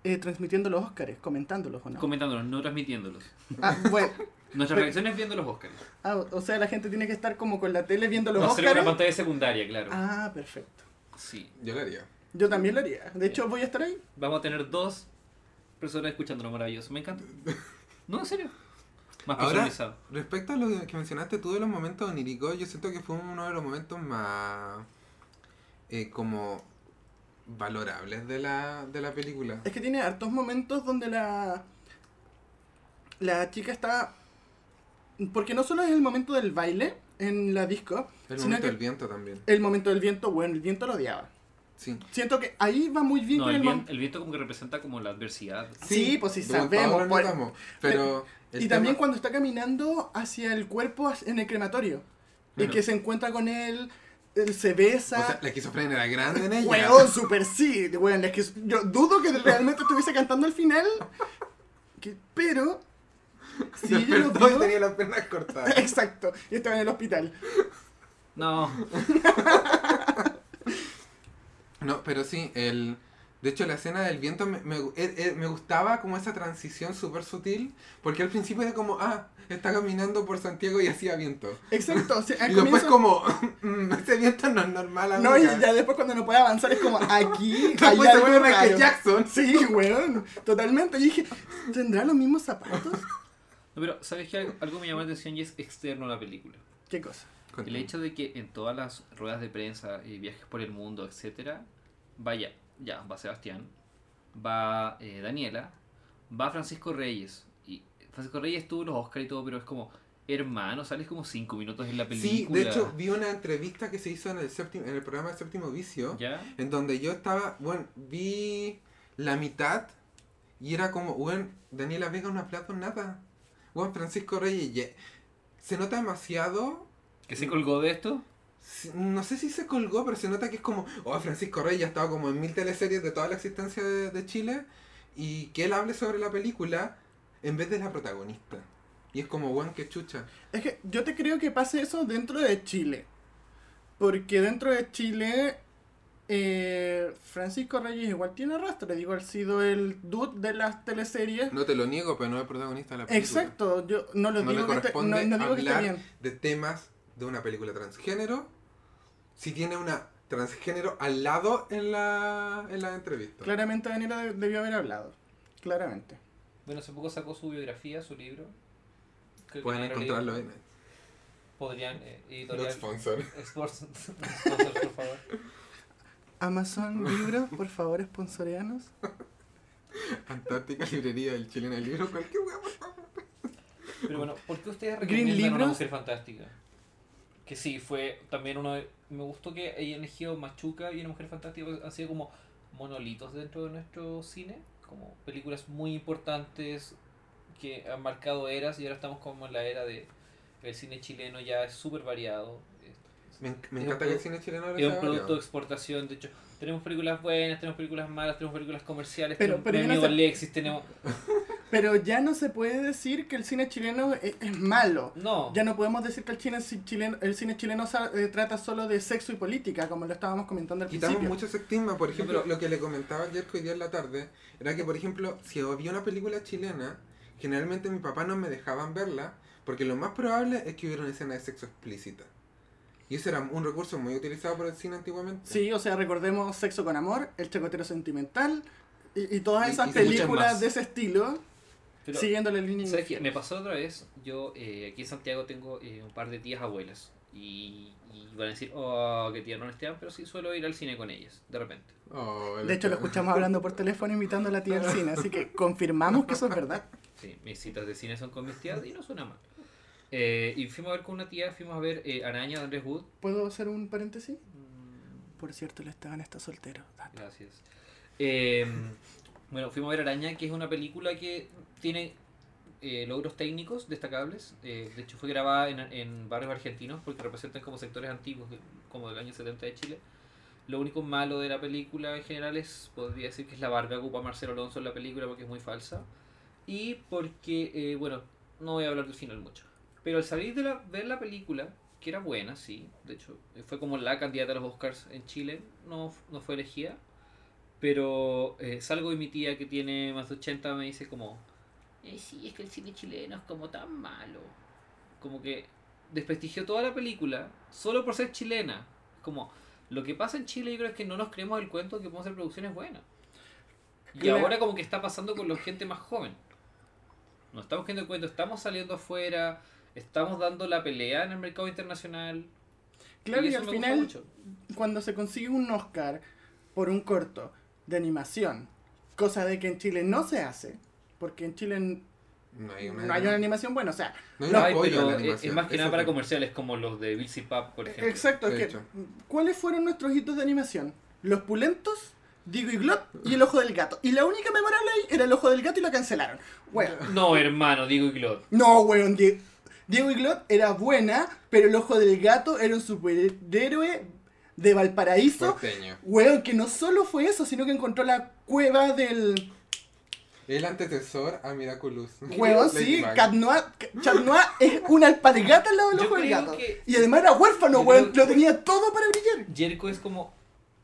Speaker 1: eh, transmitiendo los Óscares, comentándolos o no.
Speaker 4: Comentándolos, no transmitiéndolos.
Speaker 1: Ah, bueno.
Speaker 4: Nuestras
Speaker 1: Pero-
Speaker 4: reacciones viendo los Oscars.
Speaker 1: Ah, o o sea, la gente tiene que estar como con la tele viendo los
Speaker 4: Va a ser una
Speaker 1: Óscares.
Speaker 4: pantalla secundaria, claro.
Speaker 1: Ah, perfecto.
Speaker 4: Sí.
Speaker 2: Yo lo haría.
Speaker 1: Yo también lo haría. De hecho, voy a estar ahí.
Speaker 4: Vamos a tener dos personas escuchándolo maravilloso. Me encanta. No, en serio. Más
Speaker 2: Ahora,
Speaker 4: personalizado.
Speaker 2: respecto a lo que mencionaste tú de los momentos oníricos, yo siento que fue uno de los momentos más eh, como valorables de la, de la película.
Speaker 1: Es que tiene hartos momentos donde la la chica está... Porque no solo es el momento del baile en la disco,
Speaker 2: El
Speaker 1: sino
Speaker 2: momento
Speaker 1: que
Speaker 2: del viento también.
Speaker 1: el momento del viento, bueno, el viento lo odiaba.
Speaker 2: Sí.
Speaker 1: Siento que ahí va muy bien
Speaker 4: No,
Speaker 1: con
Speaker 4: el,
Speaker 1: el,
Speaker 4: vien-
Speaker 1: mom-
Speaker 4: el viento como que representa como la adversidad.
Speaker 1: Sí, pues sí
Speaker 2: de Juan
Speaker 1: sabemos,
Speaker 2: Pablo
Speaker 1: por-
Speaker 2: Notamo, pero el
Speaker 1: Y también
Speaker 2: tema-
Speaker 1: cuando está caminando hacia el cuerpo en el crematorio.
Speaker 2: Bueno.
Speaker 1: Y que se encuentra con él, él se besa.
Speaker 2: O sea, la esquizofrenia era grande en ella. *laughs*
Speaker 1: Weón, *laughs* super sí, weón, es que yo dudo que realmente estuviese cantando al final, que- pero sí yo lo
Speaker 2: Despertó y
Speaker 1: veo- *laughs*
Speaker 2: tenía las piernas cortadas.
Speaker 1: Exacto, yo estaba en el hospital.
Speaker 4: No,
Speaker 2: No, pero sí, el... De hecho, la escena del viento me, me, eh, eh, me gustaba como esa transición súper sutil, porque al principio era como, ah, está caminando por Santiago y hacía viento.
Speaker 1: Exacto, o sea, al
Speaker 2: y después
Speaker 1: comienzo-
Speaker 2: como, *laughs* "Mm, ese viento no es normal,
Speaker 1: No, y
Speaker 2: amiga. *laughs*
Speaker 1: ya después cuando no puede avanzar es como aquí, hay
Speaker 2: Después se
Speaker 1: algo
Speaker 2: vuelve Michael
Speaker 1: raro. *laughs*
Speaker 2: Jackson.
Speaker 1: Sí, weón, totalmente. Yo dije, ¿tendrá los mismos zapatos?
Speaker 4: No, pero ¿sabes qué? Algo- Algo me llamó la atención y es externo a la película.
Speaker 1: ¿Qué cosa?
Speaker 4: El hecho de que en todas las ruedas de prensa y viajes por el mundo, etcétera, vaya, ya, va Sebastián, va eh, Daniela, va Francisco Reyes. Y Francisco Reyes tuvo los Oscar y todo, pero es como, hermano, sales como cinco minutos en la
Speaker 2: Sí,
Speaker 4: película.
Speaker 2: de hecho, vi una entrevista que se hizo en el, séptimo, en el programa Séptimo Vicio,
Speaker 4: ¿Ya?
Speaker 2: en donde yo estaba, bueno, vi la mitad y era como, bueno, Daniela Vega una plata nada. Bueno, Francisco Reyes, ye- se nota demasiado.
Speaker 4: ¿Que se colgó de esto?
Speaker 2: si- No sé si se colgó, pero se nota que es como, oh, Francisco Reyes ha estado como en mil teleseries de toda la existencia de, de Chile y que él hable sobre la película en vez de la protagonista. Y es como, bueno, qué chucha.
Speaker 1: Es que yo te creo que pase eso dentro de Chile. Porque dentro de Chile, eh, Francisco Reyes igual tiene rastro. Digo, ha sido el dude de las teleseries.
Speaker 2: No te lo niego, pero no es protagonista de la película.
Speaker 1: Exacto, yo no lo
Speaker 2: No le
Speaker 1: digo, que esté- no,
Speaker 2: corresponde
Speaker 1: no digo que esté
Speaker 2: hablar
Speaker 1: bien.
Speaker 2: de temas de una película transgénero si tiene una transgénero al lado en la, en la entrevista.
Speaker 1: Claramente Daniela deb- debió haber hablado. Claramente.
Speaker 6: Bueno, hace poco sacó su biografía, su libro. Creo que
Speaker 2: Pueden
Speaker 6: nadie lo ha
Speaker 2: encontrarlo eh.
Speaker 6: leído.
Speaker 2: en
Speaker 6: Podrían, eh,
Speaker 2: los
Speaker 6: editorial.
Speaker 2: sponsor. *laughs*
Speaker 6: *laughs* Sponsor, sponsor, por favor.
Speaker 2: *laughs*
Speaker 1: Amazon Libro, por favor, sponsoreanos.
Speaker 2: Antártica Librería del Chileno del Libro, cualquier hueá, por favor.
Speaker 6: Pero bueno, ¿por qué ustedes
Speaker 1: Green
Speaker 6: recomiendan una
Speaker 1: Libros.
Speaker 6: mujer fantástica? Que sí, fue también uno de... Me gustó que haya elegido Machuca y una mujer fantástica porque han sido como monolitos dentro de nuestro cine, como películas muy importantes que han marcado eras y ahora estamos como en la era de... El cine chileno ya es súper variado. eh,
Speaker 2: Me, en- me
Speaker 6: Es
Speaker 2: encanta
Speaker 6: un
Speaker 2: que el
Speaker 6: produ-
Speaker 2: cine chileno ahora
Speaker 6: Es
Speaker 2: sea
Speaker 6: un producto
Speaker 2: variado.
Speaker 6: de exportación, de hecho, tenemos películas buenas, tenemos películas malas, tenemos películas comerciales,
Speaker 1: Pero-
Speaker 6: tenemos
Speaker 1: pero yo no
Speaker 6: premio
Speaker 1: sé-
Speaker 6: Alexis, tenemos...
Speaker 1: Pero ya no se puede decir que el cine chileno es, es malo.
Speaker 6: No,
Speaker 1: Ya no podemos decir que el cine si- chileno, el cine chileno sa- eh, trata solo de sexo y política, como lo estábamos comentando al
Speaker 2: Quitamos
Speaker 1: principio.
Speaker 2: mucho sectismo, por ejemplo,
Speaker 6: pero-
Speaker 2: lo que le comentaba ayer que hoy día en la tarde, era que, por ejemplo, si había una película chilena, generalmente mi papá no me dejaban verla, porque lo más probable es que hubiera una escena de sexo explícita. Y eso era un recurso muy utilizado por el cine antiguamente.
Speaker 1: Sí, o sea, recordemos Sexo con Amor, El Chacotero Sentimental y, y todas
Speaker 2: Y-
Speaker 1: esas
Speaker 2: y muchas
Speaker 1: películas
Speaker 2: más.
Speaker 1: de ese estilo,
Speaker 4: Pero,
Speaker 1: siguiendo la línea.
Speaker 4: ¿Sabes qué?
Speaker 1: inicial.
Speaker 4: Me pasó otra vez. Yo eh, aquí en Santiago tengo eh, un par de tías abuelas. Y, y van a decir, oh, qué tierno Esteban, pero sí suelo ir al cine con ellas, de repente.
Speaker 2: Oh, el-
Speaker 1: De hecho, lo escuchamos hablando por teléfono invitando a la tía al cine, así que confirmamos que eso es verdad.
Speaker 4: Sí, mis citas de cine son con mis tías y no suena mal. Eh, y fuimos a ver con una tía, fuimos a ver eh, Araña de Andrés Wood.
Speaker 1: ¿Puedo hacer un paréntesis?
Speaker 4: Mm,
Speaker 1: Por cierto, el Esteban está soltero. Dato.
Speaker 4: Gracias. Eh, bueno, fuimos a ver Araña, que es una película que tiene eh, logros técnicos destacables. Eh, de hecho, fue grabada en, en barrios argentinos porque representan como sectores antiguos, de- como del año 70 de Chile. Lo único malo de la película en general es, podría decir que es la barba que ocupa Marcelo Alonso en la película porque es muy falsa. Y porque, eh, bueno, no voy a hablar del final mucho. Pero al salir de la, ver la película, que era buena, sí, de hecho, eh, fue como la candidata a los Oscars en Chile, no, f- no fue elegida. Pero eh, salgo y mi tía que tiene más de 80 me dice como, "Eh, sí, es que el cine chileno es como tan malo. Como que desprestigió toda la película solo por ser chilena. Como, lo que pasa en Chile yo creo es que no nos creemos el cuento que podemos hacer producciones buenas. Y
Speaker 1: Claro.
Speaker 4: ahora como que está pasando con la gente más joven. Nos estamos quedando el cuento, estamos saliendo afuera, estamos dando la pelea en el mercado internacional.
Speaker 1: Claro,
Speaker 4: y
Speaker 1: y
Speaker 4: eso
Speaker 1: al
Speaker 4: me gusta
Speaker 1: final,
Speaker 4: mucho.
Speaker 1: cuando se consigue un Oscar por un corto de animación, cosa de que en Chile no se hace, porque en Chile
Speaker 2: No hay una,
Speaker 1: No hay una animación buena, o sea,
Speaker 2: no hay un
Speaker 1: No,
Speaker 2: apoyo a
Speaker 7: pero
Speaker 2: la
Speaker 7: es- es,
Speaker 2: animación,
Speaker 7: más que nada
Speaker 2: eso
Speaker 7: para
Speaker 2: sí.
Speaker 7: comerciales como los de Bill Pap, por ejemplo.
Speaker 1: exacto, es
Speaker 2: de
Speaker 1: que,
Speaker 2: hecho.
Speaker 1: ¿cuáles fueron nuestros hitos de animación? Los pulentos, Digo y Glot y el ojo del gato. Y la única memorable ahí era el ojo del gato y lo cancelaron. Bueno,
Speaker 2: *laughs*
Speaker 7: No, hermano, digo y Glot.
Speaker 1: No, weón, Die- Diego Iglot era buena, pero el ojo del gato era un superhéroe de Valparaíso.
Speaker 2: Porteño.
Speaker 1: Weón, que no solo fue eso, sino que encontró la cueva del.
Speaker 2: El antecesor a Miraculous.
Speaker 1: Weón, sí,
Speaker 2: Ladybug.
Speaker 1: Cat Noir, Cat Noir es una alpargata al lado del
Speaker 4: Yo
Speaker 1: ojo del
Speaker 4: creo
Speaker 1: gato.
Speaker 4: que-
Speaker 1: Y además era huérfano,
Speaker 4: Yo
Speaker 1: weón,
Speaker 4: creo-
Speaker 1: lo tenía todo para brillar.
Speaker 4: Jerko es como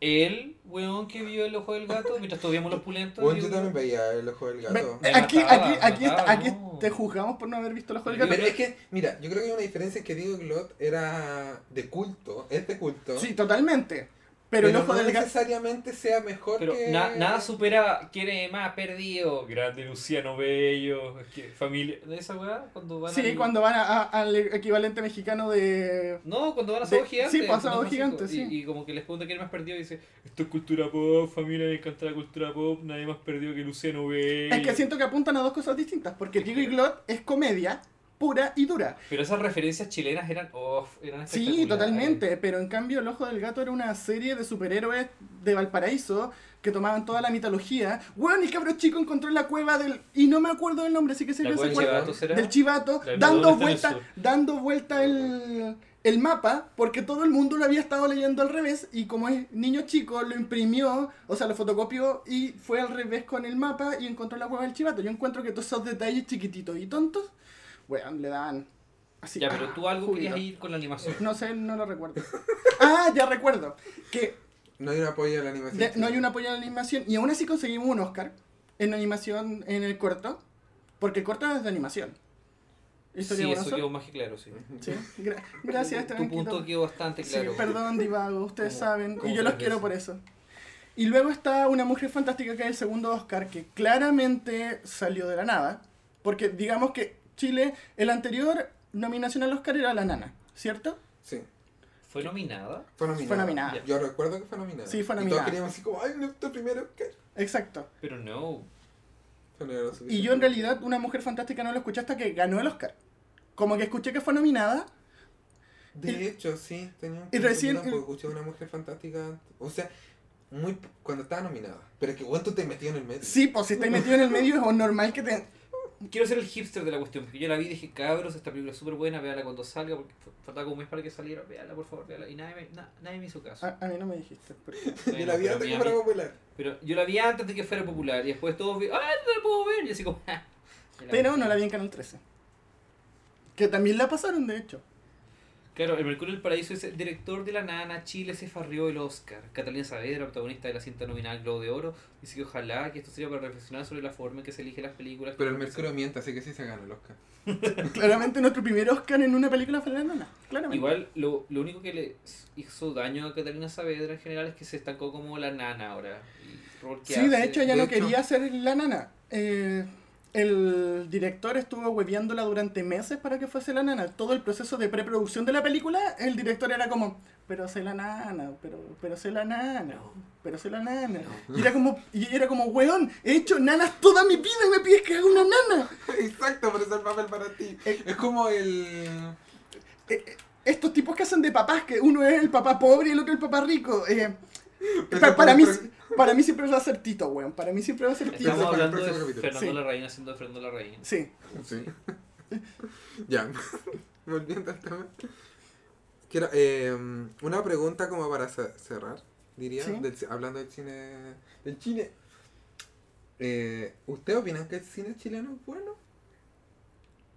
Speaker 4: el weón que vio el ojo del gato mientras todos vimos los pulentos.
Speaker 2: Bueno,
Speaker 4: y-
Speaker 2: yo también veía el ojo del
Speaker 1: Ven,
Speaker 2: gato.
Speaker 4: Me
Speaker 1: aquí,
Speaker 4: mataba,
Speaker 1: aquí,
Speaker 4: me
Speaker 1: aquí,
Speaker 4: mataba,
Speaker 1: aquí
Speaker 4: no.
Speaker 1: te juzgamos por no haber visto el ojo del gato.
Speaker 2: Pero es que, mira, yo creo que hay una diferencia es que Diego Glot era de culto, es de culto.
Speaker 1: Sí, totalmente. Pero, el ojo
Speaker 2: no
Speaker 1: del gato.
Speaker 2: necesariamente sea mejor
Speaker 4: Pero
Speaker 2: que...
Speaker 4: na- nada supera, quiere más perdido. Grande Luciano Bello, es que familia. ¿De esa weá? Cuando van
Speaker 1: Sí,
Speaker 4: al-
Speaker 1: cuando van a- a- al equivalente mexicano de
Speaker 4: No, cuando van a
Speaker 1: De-
Speaker 4: Sábado Gigante.
Speaker 1: sí, pues, a Sábado
Speaker 4: cuando van a
Speaker 1: Gigante,
Speaker 4: Francisco,
Speaker 1: sí.
Speaker 4: Y, y como que les pregunta quién es más perdido y dice: Esto es cultura pop, familia, me encanta la cultura pop, nadie más perdido que Luciano Bello.
Speaker 1: Es que siento que apuntan a dos cosas distintas, porque Diego y Glot es comedia pura y dura.
Speaker 4: Pero esas referencias chilenas eran off, eran
Speaker 1: Sí,
Speaker 4: espectaculares.
Speaker 1: totalmente, pero en cambio El Ojo del Gato era una serie de superhéroes de Valparaíso que tomaban toda la mitología. Bueno, el cabro chico encontró la cueva del... y no me acuerdo del nombre, así que se
Speaker 4: La cual
Speaker 1: ese
Speaker 2: cueva
Speaker 1: cuerpo.
Speaker 4: Chivato será.
Speaker 1: Del chivato,
Speaker 4: La del
Speaker 1: dando
Speaker 4: Madonna está en
Speaker 1: vuelta,
Speaker 4: el
Speaker 1: dando vuelta el, el mapa, porque todo el mundo lo había estado leyendo al revés, y como es niño chico, lo imprimió, o sea, lo fotocopió y fue al revés con el mapa y encontró la cueva del chivato. Yo encuentro que todos esos detalles chiquititos y tontos, weón, le daban así.
Speaker 4: Ya, pero tú
Speaker 1: ah,
Speaker 4: algo
Speaker 1: júbilo.
Speaker 4: querías ir con la animación.
Speaker 1: No sé, no lo recuerdo. *laughs* ah, ya recuerdo. Que
Speaker 2: No hay un apoyo a la animación.
Speaker 1: de- no hay un apoyo a la animación. Y aún así conseguimos un Oscar en animación en el corto. Porque el corto es de animación. ¿Esto
Speaker 4: Sí,
Speaker 1: quedó
Speaker 4: eso
Speaker 1: razón?
Speaker 4: quedó más que claro, sí.
Speaker 1: Sí, gra- gracias, te
Speaker 4: *laughs* Tu punto quedó bastante
Speaker 1: Sí,
Speaker 4: claro.
Speaker 1: perdón, divago, ustedes
Speaker 4: Como-
Speaker 1: saben.
Speaker 4: como
Speaker 1: Y yo los
Speaker 4: tres
Speaker 1: quiero
Speaker 4: veces.
Speaker 1: por eso. Y luego está Una Mujer Fantástica, que es el segundo Oscar, que claramente salió de la nada. Porque digamos que Chile, el anterior nominación al Oscar era La Nana, ¿cierto?
Speaker 2: Sí,
Speaker 4: ¿Fue nominada?
Speaker 2: fue nominada.
Speaker 1: Fue nominada.
Speaker 2: Yo recuerdo que fue nominada.
Speaker 1: Sí, fue
Speaker 2: Y
Speaker 1: nominada.
Speaker 2: todos queríamos así como, ay, no, tu primero, ¿qué?
Speaker 1: Exacto.
Speaker 4: Pero no.
Speaker 2: Pero no era lo
Speaker 1: Y
Speaker 2: suficiente.
Speaker 1: yo en realidad Una Mujer Fantástica no lo escuché hasta que ganó el Oscar. Como que escuché que fue nominada.
Speaker 2: De
Speaker 1: y-
Speaker 2: hecho, sí, tenía un
Speaker 1: y recién-
Speaker 2: Yo tampoco escuché una mujer fantástica. O sea, muy p- cuando estaba nominada. Pero es que bueno, tú te metías en el medio.
Speaker 1: Sí, pues si estáis metido en el medio es normal que te...
Speaker 4: Quiero ser el hipster de la cuestión, porque yo la vi y dije, cabros, esta película es súper buena, véala cuando salga, porque f- faltaba como un mes para que saliera, véala, por favor, véala. Y nadie me, na- nadie me hizo caso.
Speaker 1: *laughs* A, a mí no me dijiste. pero-
Speaker 2: Y la vida
Speaker 4: pero,
Speaker 2: te
Speaker 4: mi
Speaker 2: compraba
Speaker 4: ami-
Speaker 2: popular.
Speaker 4: pero yo la vi antes de que fuera popular, y después todos vi, ah, no la puedo ver, y así como, *laughs* "Ja". Y la
Speaker 1: Pero
Speaker 4: vi.
Speaker 1: no la vi en Canal 13. Que también la pasaron, de hecho.
Speaker 4: Claro, el Mercurio del Paraíso es el director de La Nana, Chile se farrió el Oscar. Catalina Saavedra, protagonista de la cinta nominal Globo de Oro, dice que ojalá que esto sirva para reflexionar sobre la forma en que se eligen las películas.
Speaker 2: Pero el Mercurio miente, así que sí se ganó el Oscar.
Speaker 1: Claramente nuestro primer Oscar en una película fue la nana. Claramente.
Speaker 4: Igual, lo, lo único que le hizo daño a Catalina Saavedra en general es que se estancó como La Nana ahora. Y Robert, ¿qué
Speaker 1: Sí, de
Speaker 4: hace?
Speaker 1: hecho ella
Speaker 2: de
Speaker 1: no
Speaker 2: hecho-
Speaker 1: quería hacer la nana. Eh, el director estuvo hueviándola durante meses para que fuese la nana. Todo el proceso de preproducción de la película, el director era como, pero sé la nana, pero, pero sé la nana, pero sé la nana. Y era como, y ella era como, weón, he hecho nanas toda mi vida y me pides que haga una nana.
Speaker 2: *laughs* Exacto, por eso el papel para ti.
Speaker 1: Eh.
Speaker 2: Es como el.
Speaker 1: Estos tipos que hacen de papás, que uno es el papá pobre y el otro el papá rico. eh,
Speaker 2: Pero
Speaker 1: pa-
Speaker 2: por-
Speaker 1: para, mí,
Speaker 2: por-
Speaker 1: para mí siempre va a ser Tito, weón. Para mí siempre va a ser Tito.
Speaker 4: Estamos
Speaker 2: Eso para el
Speaker 4: hablando de
Speaker 2: próximo capítulo.
Speaker 4: Fernando
Speaker 1: Sí.
Speaker 4: Larraín haciendo de Fernando Larraín.
Speaker 1: Sí.
Speaker 2: Sí. *laughs* ya. Volviendo al tema. Quiero, eh, una pregunta como para ce- cerrar, diría,
Speaker 1: Sí.
Speaker 2: del ci- hablando del cine. Del cine. Eh, ¿Ustedes opinan que el cine chileno es bueno?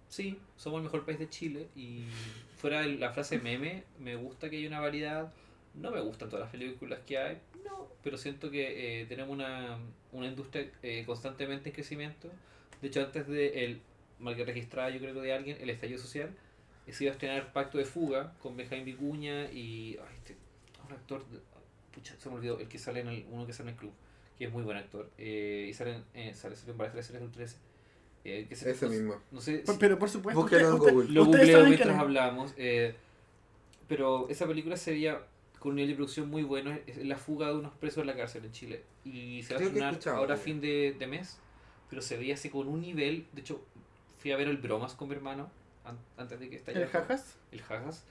Speaker 4: Sí, somos el mejor país de Chile y fuera de la frase meme, me gusta que hay una variedad. No me gustan todas las películas que hay, no, pero siento que eh, tenemos una, una industria eh, constantemente en crecimiento. De hecho, antes de el mal que registraba, yo creo que de alguien, el estallido social, eh, se iba a estrenar Pacto de Fuga con Benjamín Vicuña y ay, este, un actor, de- pucha, se me olvidó, el que sale en el, uno que sale en el club, que es muy buen actor, eh, y sale, en- eh, sale, sale en varias teleseries del 13. eh, que se-
Speaker 2: Ese
Speaker 4: no sé-
Speaker 2: mismo.
Speaker 4: No sé,
Speaker 1: Por-
Speaker 4: si-
Speaker 1: Pero por supuesto.
Speaker 2: Búsquelo en
Speaker 1: usted-
Speaker 2: Google.
Speaker 4: pues, lo
Speaker 1: ustedes
Speaker 4: googleo
Speaker 1: saben que
Speaker 4: mientras
Speaker 1: no.
Speaker 4: hablamos. eh, pero esa película se veía con un nivel de producción muy bueno. Es la fuga de unos presos en la cárcel en Chile. Y se va a
Speaker 2: Creo que he
Speaker 4: estrenar
Speaker 2: escuchado
Speaker 4: ahora a
Speaker 2: algo.
Speaker 4: fin de, de mes. Pero se veía así con un nivel. De hecho, fui a ver el bromas con mi hermano an- antes de que estallara.
Speaker 1: ¿El
Speaker 2: *laughs*
Speaker 1: jajas?
Speaker 4: El jajas.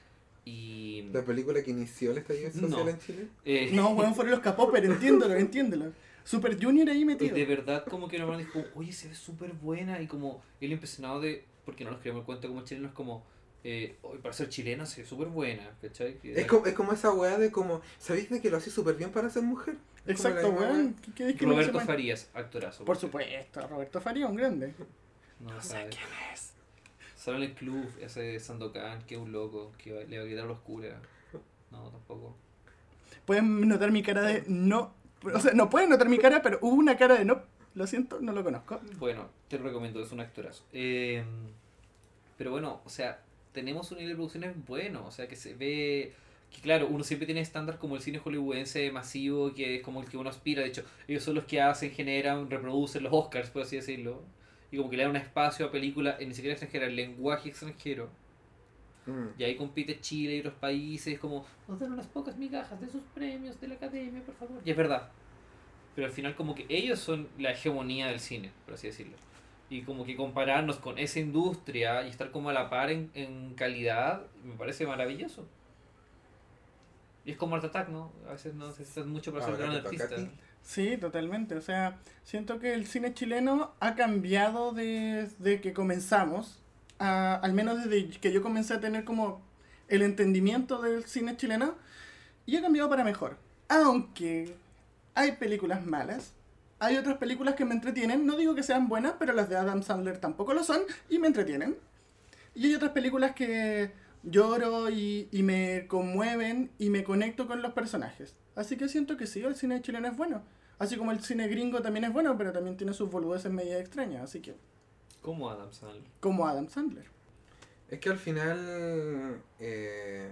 Speaker 4: Y.
Speaker 2: ¿La película que inició el estallido social
Speaker 4: No.
Speaker 2: en Chile? *laughs*
Speaker 4: eh,
Speaker 1: No, weón, fueron los capó, pero entiéndelo, entiéndelo. Super Junior ahí
Speaker 4: Y
Speaker 1: metido.
Speaker 4: de verdad, como que mi hermano dijo, oye, se ve súper buena. Y como él impresionado de, porque no nos queremos cuenta como chilenos, como, eh, "Oye, para ser chilena se ve súper buena, ¿cachai? Y
Speaker 2: Es como, es como esa weá de como, ¿sabéis de que lo hacía súper bien para ser mujer? Es como la
Speaker 1: Exacto,
Speaker 2: misma
Speaker 1: weón.
Speaker 2: weá.
Speaker 1: ¿Qué querés que
Speaker 4: Roberto
Speaker 1: sepan?
Speaker 4: Farías, actorazo.
Speaker 1: Por supuesto, Roberto Faría, un grande.
Speaker 4: No, sé quién es. Sale en el club, ese Sandokan, que es un loco, que va- le va a quitar los curas. No, tampoco.
Speaker 1: Pueden notar mi cara de no. O sea, no pueden notar mi cara, pero hubo una cara de no. Lo siento, no lo conozco.
Speaker 4: Bueno, te lo recomiendo, es un actorazo. Eh, pero bueno, o sea, tenemos un nivel de producciones bueno, o sea, que se ve... Que claro, uno siempre tiene estándar como el cine hollywoodense masivo, que es como el que uno aspira. De hecho, ellos son los que hacen, generan, reproducen los Oscars, por así decirlo. Y como que le dan un espacio a películas, eh, ni siquiera extranjera, el lenguaje extranjero.
Speaker 2: Mm.
Speaker 4: Y ahí compite Chile y otros países, como, "Oh,
Speaker 8: Nos dan unas pocas migajas de sus premios de la academia, por favor.
Speaker 4: Y es verdad. Pero al final como que ellos son la hegemonía del cine, por así decirlo. Y como que compararnos con esa industria y estar como a la par en, en calidad, me parece maravilloso. Y es como Art Attack, ¿no? A veces no necesitas mucho para ser
Speaker 2: Ahora
Speaker 4: gran
Speaker 2: te toca a
Speaker 4: artista.
Speaker 2: ti.
Speaker 1: Sí, totalmente. O sea, siento que el cine chileno ha cambiado desde que comenzamos, a- al menos desde que yo comencé a tener como el entendimiento del cine chileno, y ha cambiado para mejor. Aunque hay películas malas, hay otras películas que me entretienen, no digo que sean buenas, pero las de Adam Sandler tampoco lo son, y me entretienen. Y hay otras películas que lloro y, y me conmueven y me conecto con los personajes. Así que siento que sí, el cine chileno es bueno. Así como el cine gringo también es bueno, pero también tiene sus boludeces media extrañas. Así que,
Speaker 4: Como Adam Sandler.
Speaker 1: como Adam Sandler.
Speaker 2: Es que al final eh,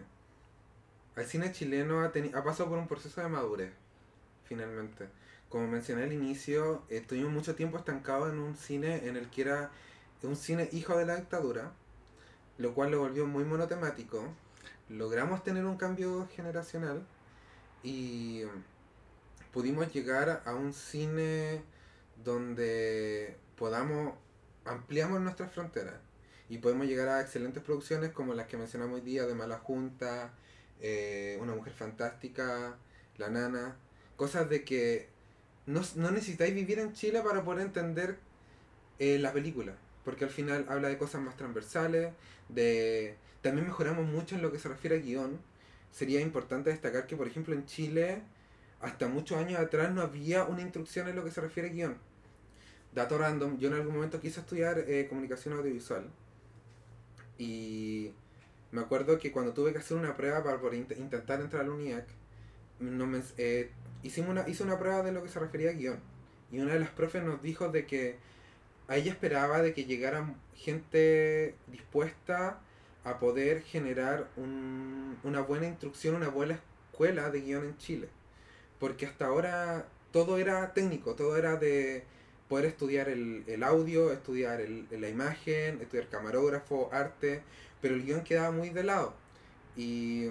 Speaker 2: el cine chileno ha, teni- ha pasado por un proceso de madurez, finalmente. Como mencioné al inicio, eh, estuvimos mucho tiempo estancados en un cine en el que era un cine hijo de la dictadura, lo cual lo volvió muy monotemático. Logramos tener un cambio generacional y pudimos llegar a un cine donde podamos, ampliamos nuestras fronteras y podemos llegar a excelentes producciones como las que mencionamos hoy día de Mala Junta, eh, Una Mujer Fantástica, La Nana, cosas de que no, no necesitáis vivir en Chile para poder entender eh, la película, porque al final habla de cosas más transversales, de también mejoramos mucho en lo que se refiere a guión. Sería importante destacar que, por ejemplo, en Chile, hasta muchos años atrás no había una instrucción en lo que se refiere a guión. Dato random, yo en algún momento quise estudiar eh, comunicación audiovisual. Y me acuerdo que cuando tuve que hacer una prueba para poder int- intentar entrar al UNIAC, no me, eh, hicimos una, hice una prueba de lo que se refería a guión. Y una de las profes nos dijo de que a ella esperaba de que llegara gente dispuesta a poder generar un- una buena instrucción, una buena escuela de guión en Chile. Porque hasta ahora todo era técnico, todo era de poder estudiar el, el audio, estudiar el- la imagen, estudiar camarógrafo, arte, pero el guión quedaba muy de lado. Y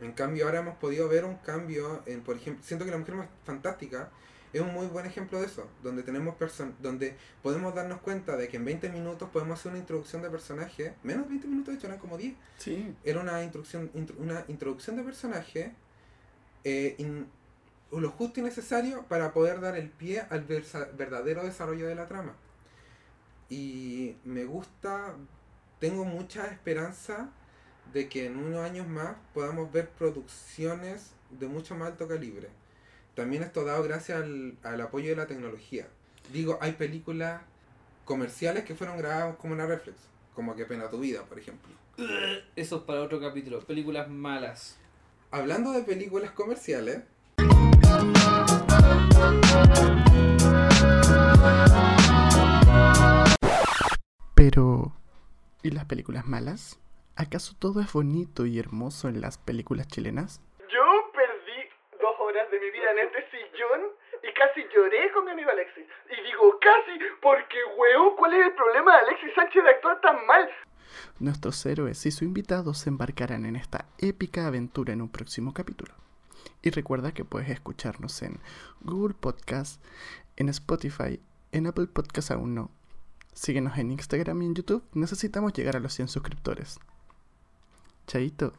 Speaker 2: mm, en cambio ahora hemos podido ver un cambio en, por ejemplo, siento que La Mujer más Fantástica es un muy buen ejemplo de eso, donde tenemos person donde podemos darnos cuenta de que en 20 minutos podemos hacer una introducción de personaje, menos 20 minutos de hecho, eran como 10,
Speaker 1: Sí.
Speaker 2: era una introducción, intro- una introducción de personaje eh, in- lo justo y necesario para poder dar el pie al versa- verdadero desarrollo de la trama. Y me gusta, tengo mucha esperanza de que en unos años más podamos ver producciones de mucho más alto calibre. También esto dado gracias al, al apoyo de la tecnología. Digo, hay películas comerciales que fueron grabadas como una reflex, como Que pena tu vida, por ejemplo.
Speaker 4: Eso es para otro capítulo. Películas malas.
Speaker 2: Hablando de películas comerciales,
Speaker 1: Pero, ¿y las películas malas? ¿Acaso todo es bonito y hermoso en las películas chilenas? Yo perdí dos horas de mi vida en este sillón y casi lloré con mi amigo Alexis. Y digo casi porque, weón, ¿cuál es el problema de Alexis Sánchez de actuar tan mal? Nuestros héroes y su invitado se embarcarán en esta épica aventura en un próximo capítulo. Y recuerda que puedes escucharnos en Google Podcast, en Spotify, en Apple Podcast aún no,
Speaker 9: Síguenos en Instagram y en YouTube. Necesitamos llegar a los 100 suscriptores. Chaito.